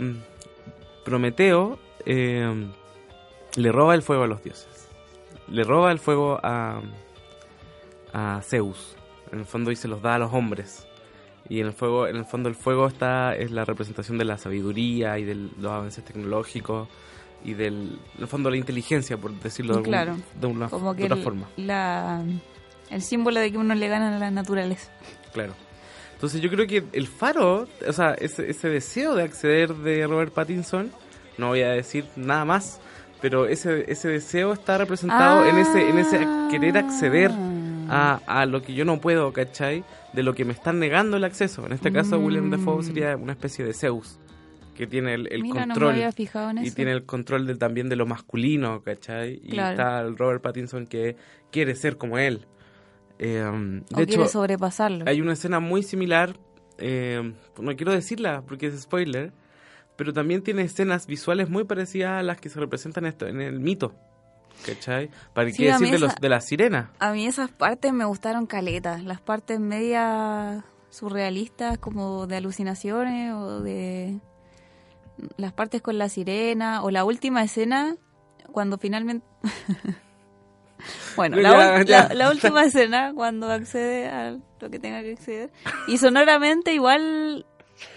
[SPEAKER 4] Prometeo eh, le roba el fuego a los dioses. Le roba el fuego a, a Zeus. En el fondo y se los da a los hombres. Y en el fuego, en el fondo el fuego está, es la representación de la sabiduría y de los avances tecnológicos y del en el fondo la inteligencia, por decirlo de, algún-
[SPEAKER 5] Claro.
[SPEAKER 4] de una,
[SPEAKER 5] como
[SPEAKER 4] Ah, de
[SPEAKER 5] que
[SPEAKER 4] otra
[SPEAKER 5] el,
[SPEAKER 4] forma.
[SPEAKER 5] la- el símbolo de que uno le gana a la naturaleza.
[SPEAKER 4] Claro. Entonces yo creo que el faro, o sea, ese, ese deseo de acceder de Robert Pattinson, no voy a decir nada más, pero ese, ese deseo está representado en ese en ese
[SPEAKER 5] Ah.
[SPEAKER 4] querer acceder a, a lo que yo no puedo, ¿cachai? De lo que me están negando el acceso. En este caso William
[SPEAKER 5] Mm.
[SPEAKER 4] Dafoe sería una especie de Zeus, que tiene el, el
[SPEAKER 5] Mira, no me
[SPEAKER 4] control
[SPEAKER 5] había fijado en
[SPEAKER 4] y
[SPEAKER 5] eso.
[SPEAKER 4] tiene el control de- también de lo masculino, ¿cachai? Y
[SPEAKER 5] Claro.
[SPEAKER 4] está el Robert Pattinson que quiere ser como él. Eh,
[SPEAKER 5] o
[SPEAKER 4] de hecho,
[SPEAKER 5] quiere sobrepasarlo.
[SPEAKER 4] hay una escena muy similar, eh, no quiero decirla porque es spoiler, pero también tiene escenas visuales muy parecidas a las que se representan esto- en el mito. ¿Cachai? ¿Para
[SPEAKER 5] Sí,
[SPEAKER 4] qué
[SPEAKER 5] a mí
[SPEAKER 4] decir de, los,
[SPEAKER 5] esa-
[SPEAKER 4] de la sirena?
[SPEAKER 5] A mí esas partes me gustaron caletas. Las partes media surrealistas, como de alucinaciones o de... Las partes con la sirena o la última escena cuando finalmente... [LAUGHS] bueno, la,
[SPEAKER 4] Ya,
[SPEAKER 5] ul-
[SPEAKER 4] ya.
[SPEAKER 5] la- la última escena cuando accede a lo que tenga que acceder. Y sonoramente igual...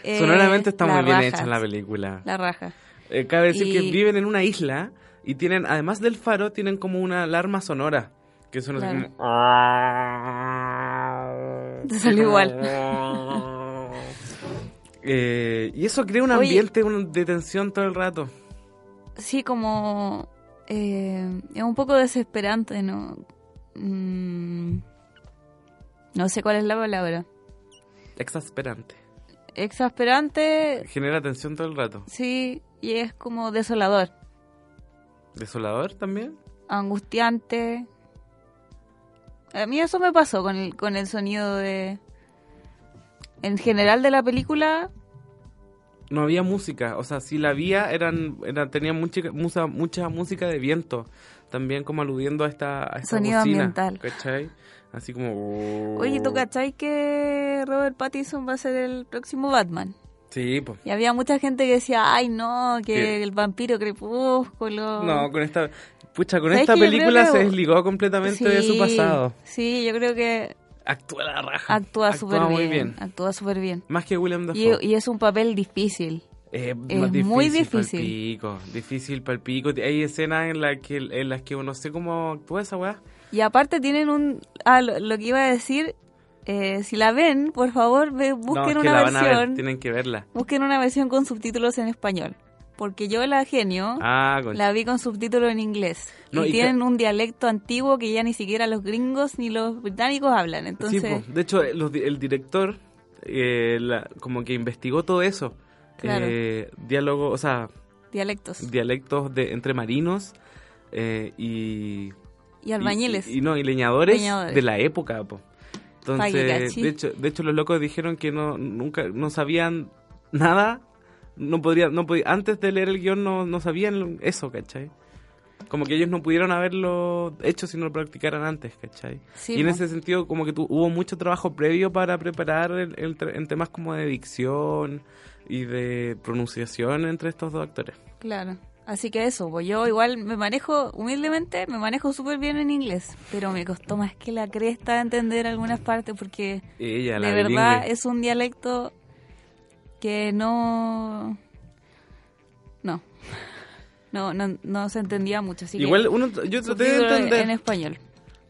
[SPEAKER 5] eh,
[SPEAKER 4] Sonoramente está
[SPEAKER 5] la
[SPEAKER 4] muy bien
[SPEAKER 5] raja.
[SPEAKER 4] hecha la película.
[SPEAKER 5] La raja.
[SPEAKER 4] Eh, cabe decir que
[SPEAKER 5] Y-
[SPEAKER 4] viven en una isla y tienen, además del faro, tienen como una alarma sonora. Que suena así
[SPEAKER 5] Claro.
[SPEAKER 4] como... "Ah".
[SPEAKER 5] Te salió igual.
[SPEAKER 4] [LAUGHS] Eh, y eso crea un
[SPEAKER 5] Oye.
[SPEAKER 4] ambiente un- de tensión todo el rato.
[SPEAKER 5] Sí, como... eh, es un poco desesperante, ¿no? Mm, no sé cuál es la palabra.
[SPEAKER 4] Exasperante.
[SPEAKER 5] Exasperante,
[SPEAKER 4] Genera tensión todo el rato.
[SPEAKER 5] sí, y es como desolador.
[SPEAKER 4] Desolador también.
[SPEAKER 5] Angustiante. A mí eso me pasó con el, con el sonido de... En general de la película,
[SPEAKER 4] No había música, o sea, si la había, eran, era, tenía mucha, mucha, mucha música de viento, también como aludiendo a esta, a esta
[SPEAKER 5] Sonido
[SPEAKER 4] bocina,
[SPEAKER 5] ambiental.
[SPEAKER 4] ¿Cachai? Así como... oh.
[SPEAKER 5] oye, ¿tú cachai que Robert Pattinson va a ser el próximo Batman?
[SPEAKER 4] Sí, pues.
[SPEAKER 5] Y había mucha gente que decía, ay no, que
[SPEAKER 4] ¿Qué?
[SPEAKER 5] el vampiro crepúsculo.
[SPEAKER 4] No, con esta... Pucha, con
[SPEAKER 5] Oh. ¿Sabes
[SPEAKER 4] esta
[SPEAKER 5] que yo creo
[SPEAKER 4] película
[SPEAKER 5] que-
[SPEAKER 4] se desligó completamente de su
[SPEAKER 5] Sí,
[SPEAKER 4] pasado.
[SPEAKER 5] Sí, yo creo que
[SPEAKER 4] Actúa la raja.
[SPEAKER 5] Actúa súper bien,
[SPEAKER 4] muy
[SPEAKER 5] Actúa súper bien.
[SPEAKER 4] Más que William
[SPEAKER 5] Y,
[SPEAKER 4] Dafoe.
[SPEAKER 5] y es un papel difícil.
[SPEAKER 4] Eh, más
[SPEAKER 5] es muy
[SPEAKER 4] pa'l
[SPEAKER 5] difícil.
[SPEAKER 4] pico, difícil para el pico. Hay escenas en, la que, en las que uno sé cómo actúa esa weá.
[SPEAKER 5] Y aparte tienen un... Ah, lo, lo que iba a decir, eh, si la ven, por favor, ve- busquen
[SPEAKER 4] no, es que
[SPEAKER 5] una
[SPEAKER 4] la van a ver,
[SPEAKER 5] versión.
[SPEAKER 4] tienen que verla.
[SPEAKER 5] Busquen una versión con subtítulos en español. Porque yo la genio
[SPEAKER 4] Ah, con...
[SPEAKER 5] la vi con subtítulos en inglés.
[SPEAKER 4] No,
[SPEAKER 5] y,
[SPEAKER 4] y
[SPEAKER 5] tienen un dialecto antiguo que ya ni siquiera los gringos ni los británicos hablan.
[SPEAKER 4] Sí,
[SPEAKER 5] Entonces,
[SPEAKER 4] po. de hecho, eh, los di- el director eh, la- como que investigó todo eso.
[SPEAKER 5] Claro.
[SPEAKER 4] Eh, diálogo, o sea,
[SPEAKER 5] dialectos.
[SPEAKER 4] dialectos de entre marinos eh, y
[SPEAKER 5] y albañiles.
[SPEAKER 4] Y, y no, y leñadores,
[SPEAKER 5] Leñadores.
[SPEAKER 4] de la época, po. Entonces,
[SPEAKER 5] Paguicachi.
[SPEAKER 4] de hecho, de hecho los locos dijeron que no nunca no sabían nada, no podría no podía, antes de leer el guión no, no sabían eso, ¿cachai? Como que ellos no pudieron haberlo hecho si no lo practicaran antes, ¿cachai?
[SPEAKER 5] Sí,
[SPEAKER 4] y en
[SPEAKER 5] po.
[SPEAKER 4] ese sentido como que tu- hubo mucho trabajo previo para preparar el- el tra- en temas como de dicción y de pronunciación entre estos dos actores.
[SPEAKER 5] Claro. Así que eso, pues yo igual me manejo, humildemente, me manejo súper bien en inglés, pero me costó más que la cresta entender algunas partes porque
[SPEAKER 4] Ella, la
[SPEAKER 5] de verdad
[SPEAKER 4] bilingüe.
[SPEAKER 5] es un dialecto que no... No. [LAUGHS] No, no, no se entendía mucho. Así que
[SPEAKER 4] Igual uno, yo traté de
[SPEAKER 5] subtítulo
[SPEAKER 4] entender.
[SPEAKER 5] En español.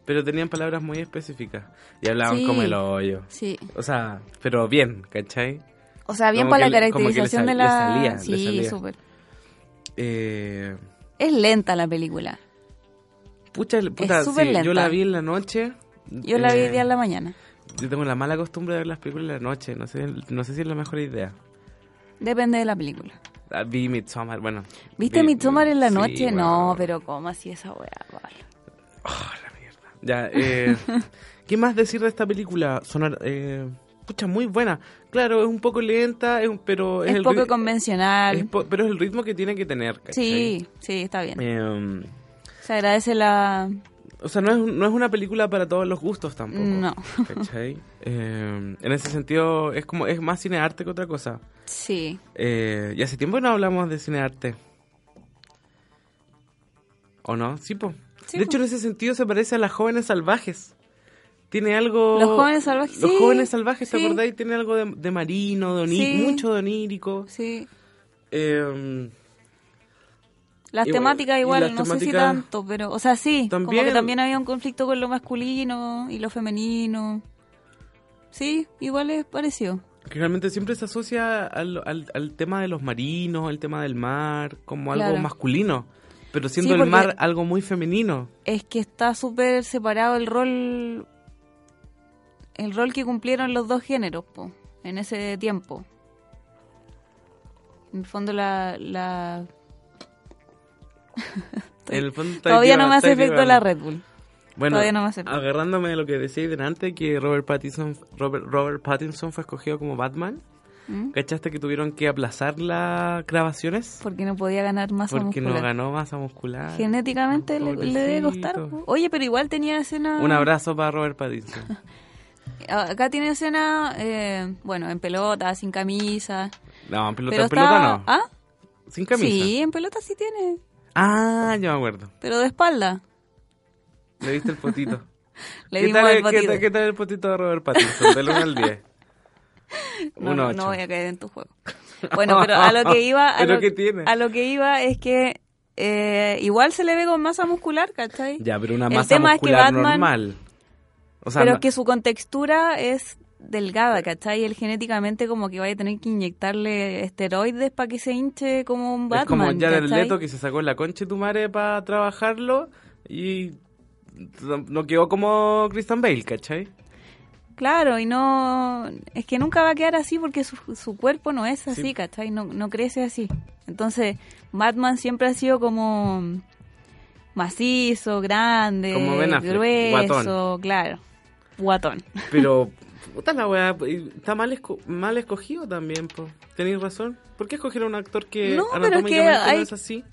[SPEAKER 4] Pero tenían palabras muy específicas. Y hablaban
[SPEAKER 5] Sí.
[SPEAKER 4] como el hoyo.
[SPEAKER 5] Sí.
[SPEAKER 4] O sea, pero bien, ¿cachai?
[SPEAKER 5] O sea, bien
[SPEAKER 4] Como
[SPEAKER 5] para la
[SPEAKER 4] que le- como que le
[SPEAKER 5] caracterización
[SPEAKER 4] sal-
[SPEAKER 5] de
[SPEAKER 4] le
[SPEAKER 5] la...
[SPEAKER 4] salía, le
[SPEAKER 5] sí,
[SPEAKER 4] salía.
[SPEAKER 5] súper.
[SPEAKER 4] Eh,
[SPEAKER 5] Es lenta la película.
[SPEAKER 4] pucha, el- puta,
[SPEAKER 5] Es súper
[SPEAKER 4] sí, yo
[SPEAKER 5] lenta.
[SPEAKER 4] la vi en la noche.
[SPEAKER 5] Yo la vi
[SPEAKER 4] eh,
[SPEAKER 5] hoy día en la mañana.
[SPEAKER 4] Yo tengo la mala costumbre de ver las películas en la noche. No sé, no sé si es la mejor idea.
[SPEAKER 5] Depende de la película.
[SPEAKER 4] Ah, vi Midsommar, bueno.
[SPEAKER 5] ¿Viste
[SPEAKER 4] vi-
[SPEAKER 5] Midsommar en la
[SPEAKER 4] sí,
[SPEAKER 5] noche?
[SPEAKER 4] bueno.
[SPEAKER 5] No, pero ¿cómo así esa weá? Pablo?
[SPEAKER 4] Ya,
[SPEAKER 5] [LAUGHS]
[SPEAKER 4] eh, ¿qué más decir de esta película? Sonar, eh, pucha, muy buena. Claro, es un poco lenta, es un- pero es,
[SPEAKER 5] Es,
[SPEAKER 4] el
[SPEAKER 5] poco
[SPEAKER 4] ri-
[SPEAKER 5] convencional.
[SPEAKER 4] es po- pero es el ritmo que tiene que tener. ¿cachai?
[SPEAKER 5] sí, sí, está bien.
[SPEAKER 4] Em,
[SPEAKER 5] Se agradece la...
[SPEAKER 4] O sea, no es, no es una película para todos los gustos tampoco.
[SPEAKER 5] No.
[SPEAKER 4] ¿Cachai? Eh, en ese sentido, es como es más cinearte que otra cosa.
[SPEAKER 5] Sí.
[SPEAKER 4] Eh, y hace tiempo no hablamos de cinearte. ¿O no? Sí, po.
[SPEAKER 5] Sí,
[SPEAKER 4] de
[SPEAKER 5] po.
[SPEAKER 4] hecho, en ese sentido se parece a las jóvenes salvajes. Tiene algo...
[SPEAKER 5] Los jóvenes salvajes,
[SPEAKER 4] Los
[SPEAKER 5] sí,
[SPEAKER 4] jóvenes salvajes, ¿te
[SPEAKER 5] sí.
[SPEAKER 4] acordáis? Tiene algo de, de marino, de oní-
[SPEAKER 5] Sí.
[SPEAKER 4] mucho de onírico.
[SPEAKER 5] Sí.
[SPEAKER 4] Eh,
[SPEAKER 5] Las
[SPEAKER 4] Igual-
[SPEAKER 5] temáticas
[SPEAKER 4] y
[SPEAKER 5] igual,
[SPEAKER 4] las
[SPEAKER 5] no sé si
[SPEAKER 4] temáticas-
[SPEAKER 5] tanto, pero... O sea, sí. Como que
[SPEAKER 4] También-
[SPEAKER 5] también había un conflicto con lo masculino y lo femenino. Sí, igual es parecido.
[SPEAKER 4] Que realmente siempre se asocia al, al- al tema de los marinos, el tema del mar, como algo
[SPEAKER 5] Claro.
[SPEAKER 4] masculino. Pero siendo
[SPEAKER 5] Sí,
[SPEAKER 4] el
[SPEAKER 5] porque-
[SPEAKER 4] mar algo muy femenino.
[SPEAKER 5] Es que está súper separado el rol... El rol que cumplieron los dos géneros, po, en ese tiempo. En el fondo la... la...
[SPEAKER 4] En el fondo estáis
[SPEAKER 5] Todavía no
[SPEAKER 4] lleva-
[SPEAKER 5] me hace
[SPEAKER 4] estáis
[SPEAKER 5] efecto
[SPEAKER 4] llevando-
[SPEAKER 5] la Red Bull.
[SPEAKER 4] Bueno,
[SPEAKER 5] todavía no me hace efecto.
[SPEAKER 4] agarrándome de lo que decíais delante, que Robert Pattinson, Robert, Robert Pattinson fue escogido como Batman.
[SPEAKER 5] ¿Mm?
[SPEAKER 4] ¿Cachaste que tuvieron que aplazar las grabaciones?
[SPEAKER 5] Porque no podía ganar más
[SPEAKER 4] Porque no
[SPEAKER 5] muscular.
[SPEAKER 4] ganó masa muscular.
[SPEAKER 5] Genéticamente le, le debe
[SPEAKER 4] Pobrecito.
[SPEAKER 5] costar. po. Oye, pero igual tenía escena...
[SPEAKER 4] Un abrazo para Robert Pattinson.
[SPEAKER 5] A- Acá tiene escena, eh, bueno, en pelota, sin camisa.
[SPEAKER 4] No, en pelota,
[SPEAKER 5] pero
[SPEAKER 4] en pelota
[SPEAKER 5] está-
[SPEAKER 4] no.
[SPEAKER 5] ¿Ah?
[SPEAKER 4] Sin camisa.
[SPEAKER 5] Sí, en pelota sí tiene,
[SPEAKER 4] Ah, yo me acuerdo.
[SPEAKER 5] pero de espalda.
[SPEAKER 4] Le viste
[SPEAKER 5] [LAUGHS]
[SPEAKER 4] el potito.
[SPEAKER 5] Le
[SPEAKER 4] ¿Qué
[SPEAKER 5] dimos
[SPEAKER 4] tal,
[SPEAKER 5] el
[SPEAKER 4] el- qué
[SPEAKER 5] batido.
[SPEAKER 4] tal- qué tal el potito de Robert Pattinson? Del 1 al 10.
[SPEAKER 5] No,
[SPEAKER 4] Un
[SPEAKER 5] no,
[SPEAKER 4] ocho.
[SPEAKER 5] no voy a caer en tu juego. [LAUGHS] Bueno, pero a
[SPEAKER 4] [LAUGHS]
[SPEAKER 5] lo que iba, a,
[SPEAKER 4] Pero
[SPEAKER 5] lo,
[SPEAKER 4] ¿qué tiene?
[SPEAKER 5] a lo que iba es que eh, igual se le ve con masa muscular, ¿cachai?
[SPEAKER 4] [LAUGHS] Ya, pero una
[SPEAKER 5] El
[SPEAKER 4] masa
[SPEAKER 5] tema es que
[SPEAKER 4] muscular
[SPEAKER 5] Batman-
[SPEAKER 4] normal. O sea,
[SPEAKER 5] pero
[SPEAKER 4] no-
[SPEAKER 5] que su contextura es delgada, ¿cachai? Él genéticamente como que vaya a tener que inyectarle esteroides para que se hinche como un
[SPEAKER 4] es como
[SPEAKER 5] Batman.
[SPEAKER 4] ya el
[SPEAKER 5] ¿cachai?
[SPEAKER 4] leto que se sacó la concha de tu madre para trabajarlo y no quedó como Christian Bale, ¿cachai?
[SPEAKER 5] Claro, y no. Es que nunca va a quedar así porque su, su cuerpo no es así,
[SPEAKER 4] Sí.
[SPEAKER 5] ¿cachai? No, no crece así. Entonces, Batman siempre ha sido como macizo, grande,
[SPEAKER 4] Como Ben Affleck,
[SPEAKER 5] grueso,
[SPEAKER 4] guatón.
[SPEAKER 5] claro. Guatón. [LAUGHS]
[SPEAKER 4] Pero, puta la weá, está mal, esco- mal escogido también, po. tenéis razón. ¿Por qué escogieron a un actor que
[SPEAKER 5] No, pero es que
[SPEAKER 4] anatómicamente
[SPEAKER 5] hay-
[SPEAKER 4] no es así?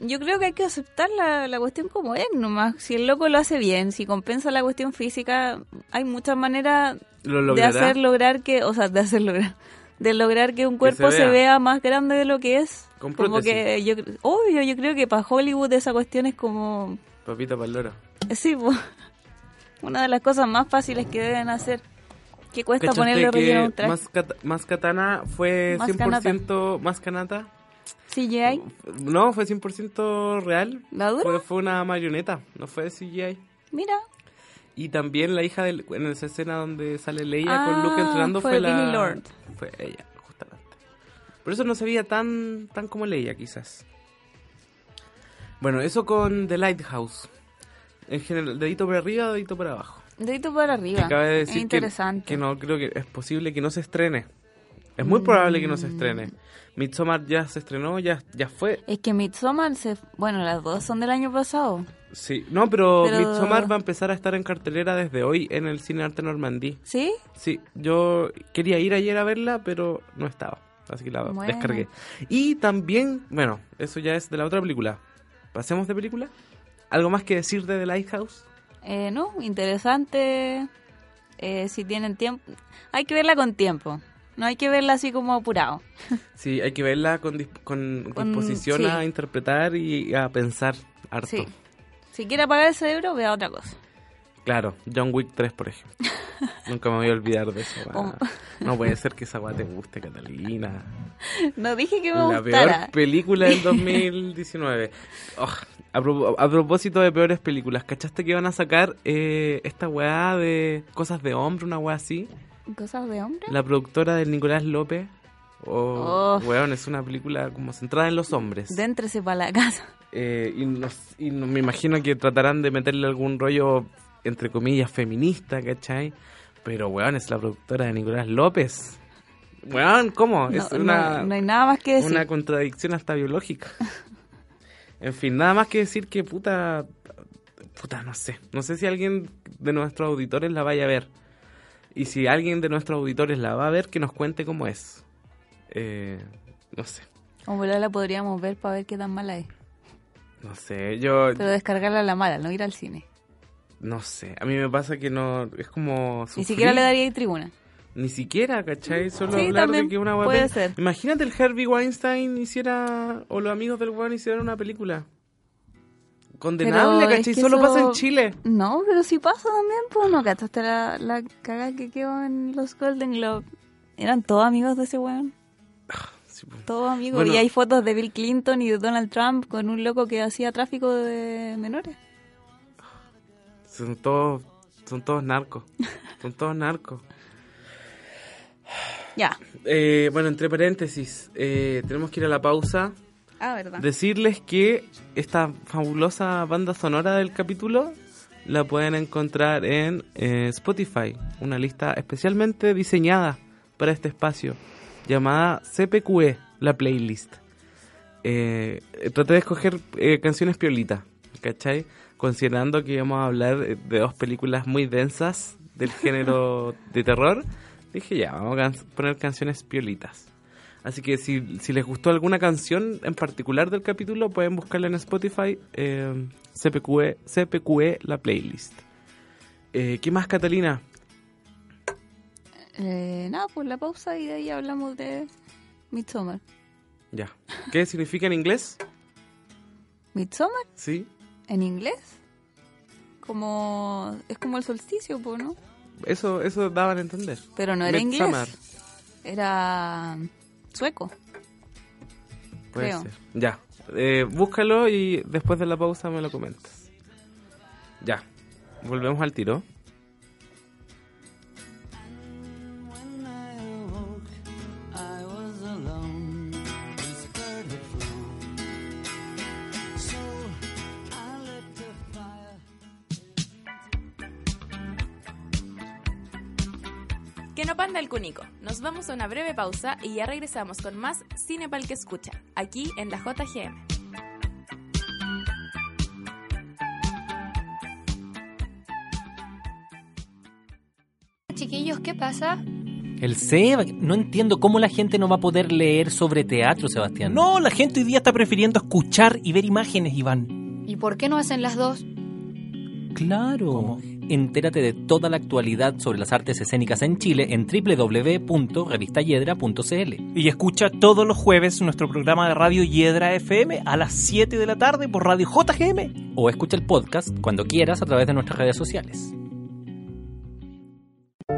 [SPEAKER 5] Yo creo que hay que aceptar la, la cuestión como es nomás. Si el loco lo hace bien, si compensa la cuestión física, hay muchas maneras
[SPEAKER 4] Lo
[SPEAKER 5] de
[SPEAKER 4] logrará.
[SPEAKER 5] hacer lograr que, o sea, de hacer lograr, de lograr que un cuerpo se,
[SPEAKER 4] vea.
[SPEAKER 5] vea. más grande de lo que es.
[SPEAKER 4] Con
[SPEAKER 5] como
[SPEAKER 4] prótesis.
[SPEAKER 5] que yo, cre- obvio, yo creo que para Hollywood esa cuestión es como,
[SPEAKER 4] Papita palora.
[SPEAKER 5] sí, po. eh, [LAUGHS] Una de las cosas más fáciles que deben hacer. ¿Qué cuesta
[SPEAKER 4] ¿Cachaste
[SPEAKER 5] ponerle relleno a un
[SPEAKER 4] que
[SPEAKER 5] traje?
[SPEAKER 4] más, Cat- más Katana fue
[SPEAKER 5] Más
[SPEAKER 4] 100% más Kanata?
[SPEAKER 5] CGI.
[SPEAKER 4] No, fue 100% real.
[SPEAKER 5] ¿La dura?
[SPEAKER 4] Fue, fue una marioneta, no fue CGI.
[SPEAKER 5] Mira.
[SPEAKER 4] Y también la hija del, en esa escena donde sale Leia
[SPEAKER 5] Ah,
[SPEAKER 4] con Luke entrenando fue,
[SPEAKER 5] fue
[SPEAKER 4] la
[SPEAKER 5] Billy Lord.
[SPEAKER 4] fue ella, justamente. Por eso no se veía tan tan como Leia quizás. Bueno, eso con The Lighthouse. En general, dedito para arriba, dedito para abajo.
[SPEAKER 5] Dedito para
[SPEAKER 4] Que
[SPEAKER 5] arriba.
[SPEAKER 4] cabe
[SPEAKER 5] es
[SPEAKER 4] decir que-
[SPEAKER 5] interesante.
[SPEAKER 4] Que, no creo que es posible que no se estrene. Es muy probable que no se estrene.
[SPEAKER 5] Mm.
[SPEAKER 4] Midsommar ya se estrenó, ya ya fue.
[SPEAKER 5] Es que Midsommar, se... bueno, las dos son del año pasado.
[SPEAKER 4] Sí, no, pero,
[SPEAKER 5] Pero-
[SPEAKER 4] Midsommar va a empezar a estar en cartelera desde hoy en el Cine Arte Normandí.
[SPEAKER 5] ¿Sí?
[SPEAKER 4] Sí, yo quería ir ayer a verla, pero no estaba. Así que la
[SPEAKER 5] Bueno.
[SPEAKER 4] descargué. Y también, bueno, eso ya es de la otra película. ¿Pasemos de película? ¿Algo más que decir de The Lighthouse?
[SPEAKER 5] Eh, no, interesante. Eh, si tienen tiempo. Hay que verla con tiempo. No hay que verla así como apurado.
[SPEAKER 4] Sí, hay que verla con, dis- con
[SPEAKER 5] Con-
[SPEAKER 4] disposición
[SPEAKER 5] sí.
[SPEAKER 4] a interpretar y a pensar harto.
[SPEAKER 5] Sí. Si quiere apagar el cerebro, vea otra cosa. [LAUGHS]
[SPEAKER 4] Claro, John Wick 3, por ejemplo. Nunca me voy a olvidar de eso. Ah,
[SPEAKER 5] Oh.
[SPEAKER 4] No puede ser que esa guay te guste, Catalina.
[SPEAKER 5] No dije que me
[SPEAKER 4] La
[SPEAKER 5] gustara.
[SPEAKER 4] peor película
[SPEAKER 5] [LAUGHS]
[SPEAKER 4] del 2019. Oj, a, pro- a propósito de peores películas, ¿cachaste que van a sacar eh, esta weá de cosas de hombre, una weá así?
[SPEAKER 5] ¿Cosas de hombre?
[SPEAKER 4] La productora del Nicolás López. Oh,
[SPEAKER 5] Oh.
[SPEAKER 4] Weón, es una película como centrada en los hombres.
[SPEAKER 5] Déntrese para la casa.
[SPEAKER 4] Eh, y nos- y no- me imagino que tratarán de meterle algún rollo, entre comillas, feminista, ¿cachai? Pero, weón, es la productora de Nicolás López. Weón, ¿cómo?
[SPEAKER 5] No,
[SPEAKER 4] es una,
[SPEAKER 5] no- no hay nada más que decir.
[SPEAKER 4] una contradicción hasta biológica. en fin, nada más que decir que puta. Puta, no sé. No sé si alguien de nuestros auditores la vaya a ver. Y si alguien de nuestros auditores la va a ver, que nos cuente cómo es. Eh, no sé.
[SPEAKER 5] O volar la podríamos ver para ver qué tan mala es.
[SPEAKER 4] No sé. Yo.
[SPEAKER 5] Pero descargarla a la mala, no ir al cine.
[SPEAKER 4] No sé. A mí me pasa que no. Es como.
[SPEAKER 5] Ni
[SPEAKER 4] sufrir.
[SPEAKER 5] siquiera le daría ahí tribuna.
[SPEAKER 4] Ni siquiera, ¿cachai? Solo
[SPEAKER 5] Sí,
[SPEAKER 4] hablar de
[SPEAKER 5] también
[SPEAKER 4] que una weá
[SPEAKER 5] puede
[SPEAKER 4] pen-
[SPEAKER 5] ser.
[SPEAKER 4] Imagínate el Harvey Weinstein hiciera. O los amigos del weón hicieran una película. Condenable,
[SPEAKER 5] Pero es
[SPEAKER 4] ¿cachai?
[SPEAKER 5] que
[SPEAKER 4] Solo
[SPEAKER 5] eso-
[SPEAKER 4] pasa en Chile.
[SPEAKER 5] No, pero si pasa también, pues no gastaste la, la cagada que quedó en los Golden Globe. Eran todos amigos de ese weón.
[SPEAKER 4] Sí, pues, po.
[SPEAKER 5] Todos amigos.
[SPEAKER 4] Bueno.
[SPEAKER 5] Y hay fotos de Bill Clinton y de Donald Trump con un loco que hacía tráfico de menores.
[SPEAKER 4] Son todos, son
[SPEAKER 5] [LAUGHS]
[SPEAKER 4] todos narcos. Son todos narcos.
[SPEAKER 5] Ya.
[SPEAKER 4] Eh, bueno, entre paréntesis, eh, tenemos que ir a la pausa.
[SPEAKER 5] Ah, verdad.
[SPEAKER 4] Decirles que esta fabulosa banda sonora del capítulo la pueden encontrar en eh, Spotify, una lista especialmente diseñada para este espacio, llamada CPQE, E, la playlist. Eh, traté de escoger eh, canciones piolitas, ¿cachai? Considerando que íbamos a hablar eh, de dos películas muy densas del género de terror, dije ya, vamos a can- poner canciones piolitas. Así que si, si les gustó alguna canción en particular del capítulo, pueden buscarla en Spotify, eh, CPQE, CPQE, E, la playlist. Eh, ¿Qué más, Catalina?
[SPEAKER 5] Eh, nada, pues la pausa y de ahí hablamos de Midsommar.
[SPEAKER 4] Ya. ¿Qué significa en inglés?
[SPEAKER 5] ¿Midsommar?
[SPEAKER 4] Sí.
[SPEAKER 5] ¿En inglés? Como... Es como el solsticio, pues, ¿no?
[SPEAKER 4] Eso, eso daban a entender.
[SPEAKER 5] Pero no era
[SPEAKER 4] Midsommar.
[SPEAKER 5] inglés. Era sueco.
[SPEAKER 4] Puede
[SPEAKER 5] Creo.
[SPEAKER 4] ser. Ya. Eh, búscalo y después de la pausa me lo comentas. Ya. Volvemos al tiro.
[SPEAKER 6] When I awoke, I was alone. This bird had flown. So I lit the fire.
[SPEAKER 2] Que no panda el cunico. Nos vamos a una breve pausa y ya regresamos con más Cine Pal que escucha, aquí en la JGM.
[SPEAKER 3] Chiquillos, ¿qué pasa?
[SPEAKER 7] El Seba, no entiendo cómo la gente no va a poder leer sobre teatro, Sebastián. No, la gente hoy día está prefiriendo escuchar y ver imágenes, Iván.
[SPEAKER 3] ¿Y por qué no hacen las dos?
[SPEAKER 7] Claro. Entérate de toda la actualidad sobre las artes escénicas en Chile en www.revistayedra.cl.
[SPEAKER 8] Y escucha todos los jueves nuestro programa de radio Hiedra FM a las 7 de la tarde por Radio JGM.
[SPEAKER 7] O escucha el podcast cuando quieras a través de nuestras redes sociales.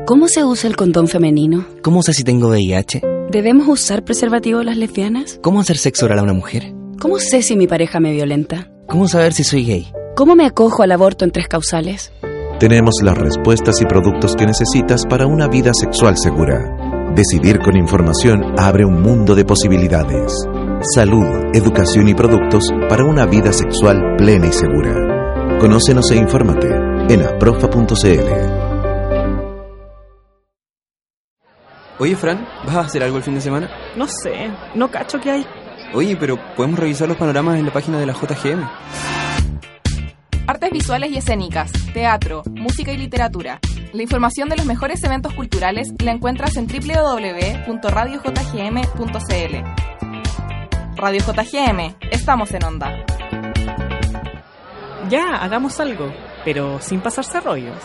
[SPEAKER 9] ¿Cómo se usa el condón femenino?
[SPEAKER 10] ¿Cómo sé si tengo VIH?
[SPEAKER 9] ¿Debemos usar preservativo las lesbianas?
[SPEAKER 10] ¿Cómo hacer sexo oral a una mujer?
[SPEAKER 9] ¿Cómo sé si mi pareja me violenta?
[SPEAKER 10] ¿Cómo saber si soy gay?
[SPEAKER 9] ¿Cómo me acojo al aborto en tres causales?
[SPEAKER 11] Tenemos las respuestas y productos que necesitas para una vida sexual segura. Decidir con información abre un mundo de posibilidades. Salud, educación y productos para una vida sexual plena y segura. Conócenos e infórmate en aprofa.cl.
[SPEAKER 10] Oye, Fran, ¿vas a hacer algo el fin de semana?
[SPEAKER 12] No sé, no cacho que hay.
[SPEAKER 10] Oye, pero podemos revisar los panoramas en la página de la JGM.
[SPEAKER 13] Artes visuales y escénicas, teatro, música y literatura. La información de los mejores eventos culturales la encuentras en www.radiojgm.cl. Radio JGM, estamos en onda.
[SPEAKER 12] Ya, hagamos algo, pero sin pasarse rollos.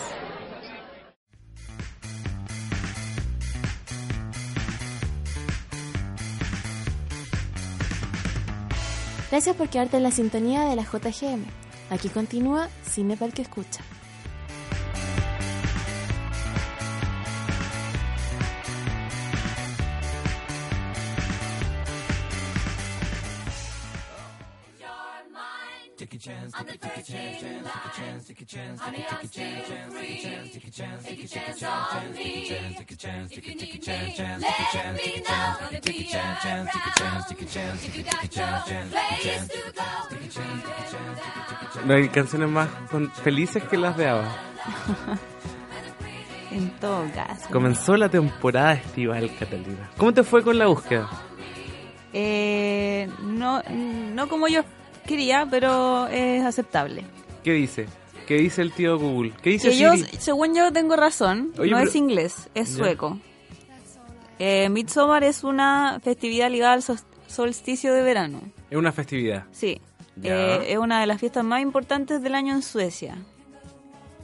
[SPEAKER 14] Gracias por quedarte en la sintonía de la JGM. Aquí continúa Cine para el que escucha.
[SPEAKER 4] No hay canciones más con- felices que las de ABBA.
[SPEAKER 5] En todo caso.
[SPEAKER 4] Comenzó la temporada estival, Catalina. ¿Cómo te fue con la búsqueda?
[SPEAKER 5] Eh, no, no como yo quería, pero es aceptable.
[SPEAKER 4] ¿Qué dice? ¿Qué dice el tío Google? ¿Qué dice
[SPEAKER 5] Que yo,
[SPEAKER 4] Siri?
[SPEAKER 5] según yo, tengo razón.
[SPEAKER 4] Oye,
[SPEAKER 5] no
[SPEAKER 4] pero-
[SPEAKER 5] es inglés, es
[SPEAKER 4] Ya.
[SPEAKER 5] sueco. Eh, Midsommar es una festividad ligada al sol- solsticio de verano.
[SPEAKER 4] Es una festividad.
[SPEAKER 5] Sí.
[SPEAKER 4] Ya.
[SPEAKER 5] Eh, es una de las fiestas más importantes del año en Suecia.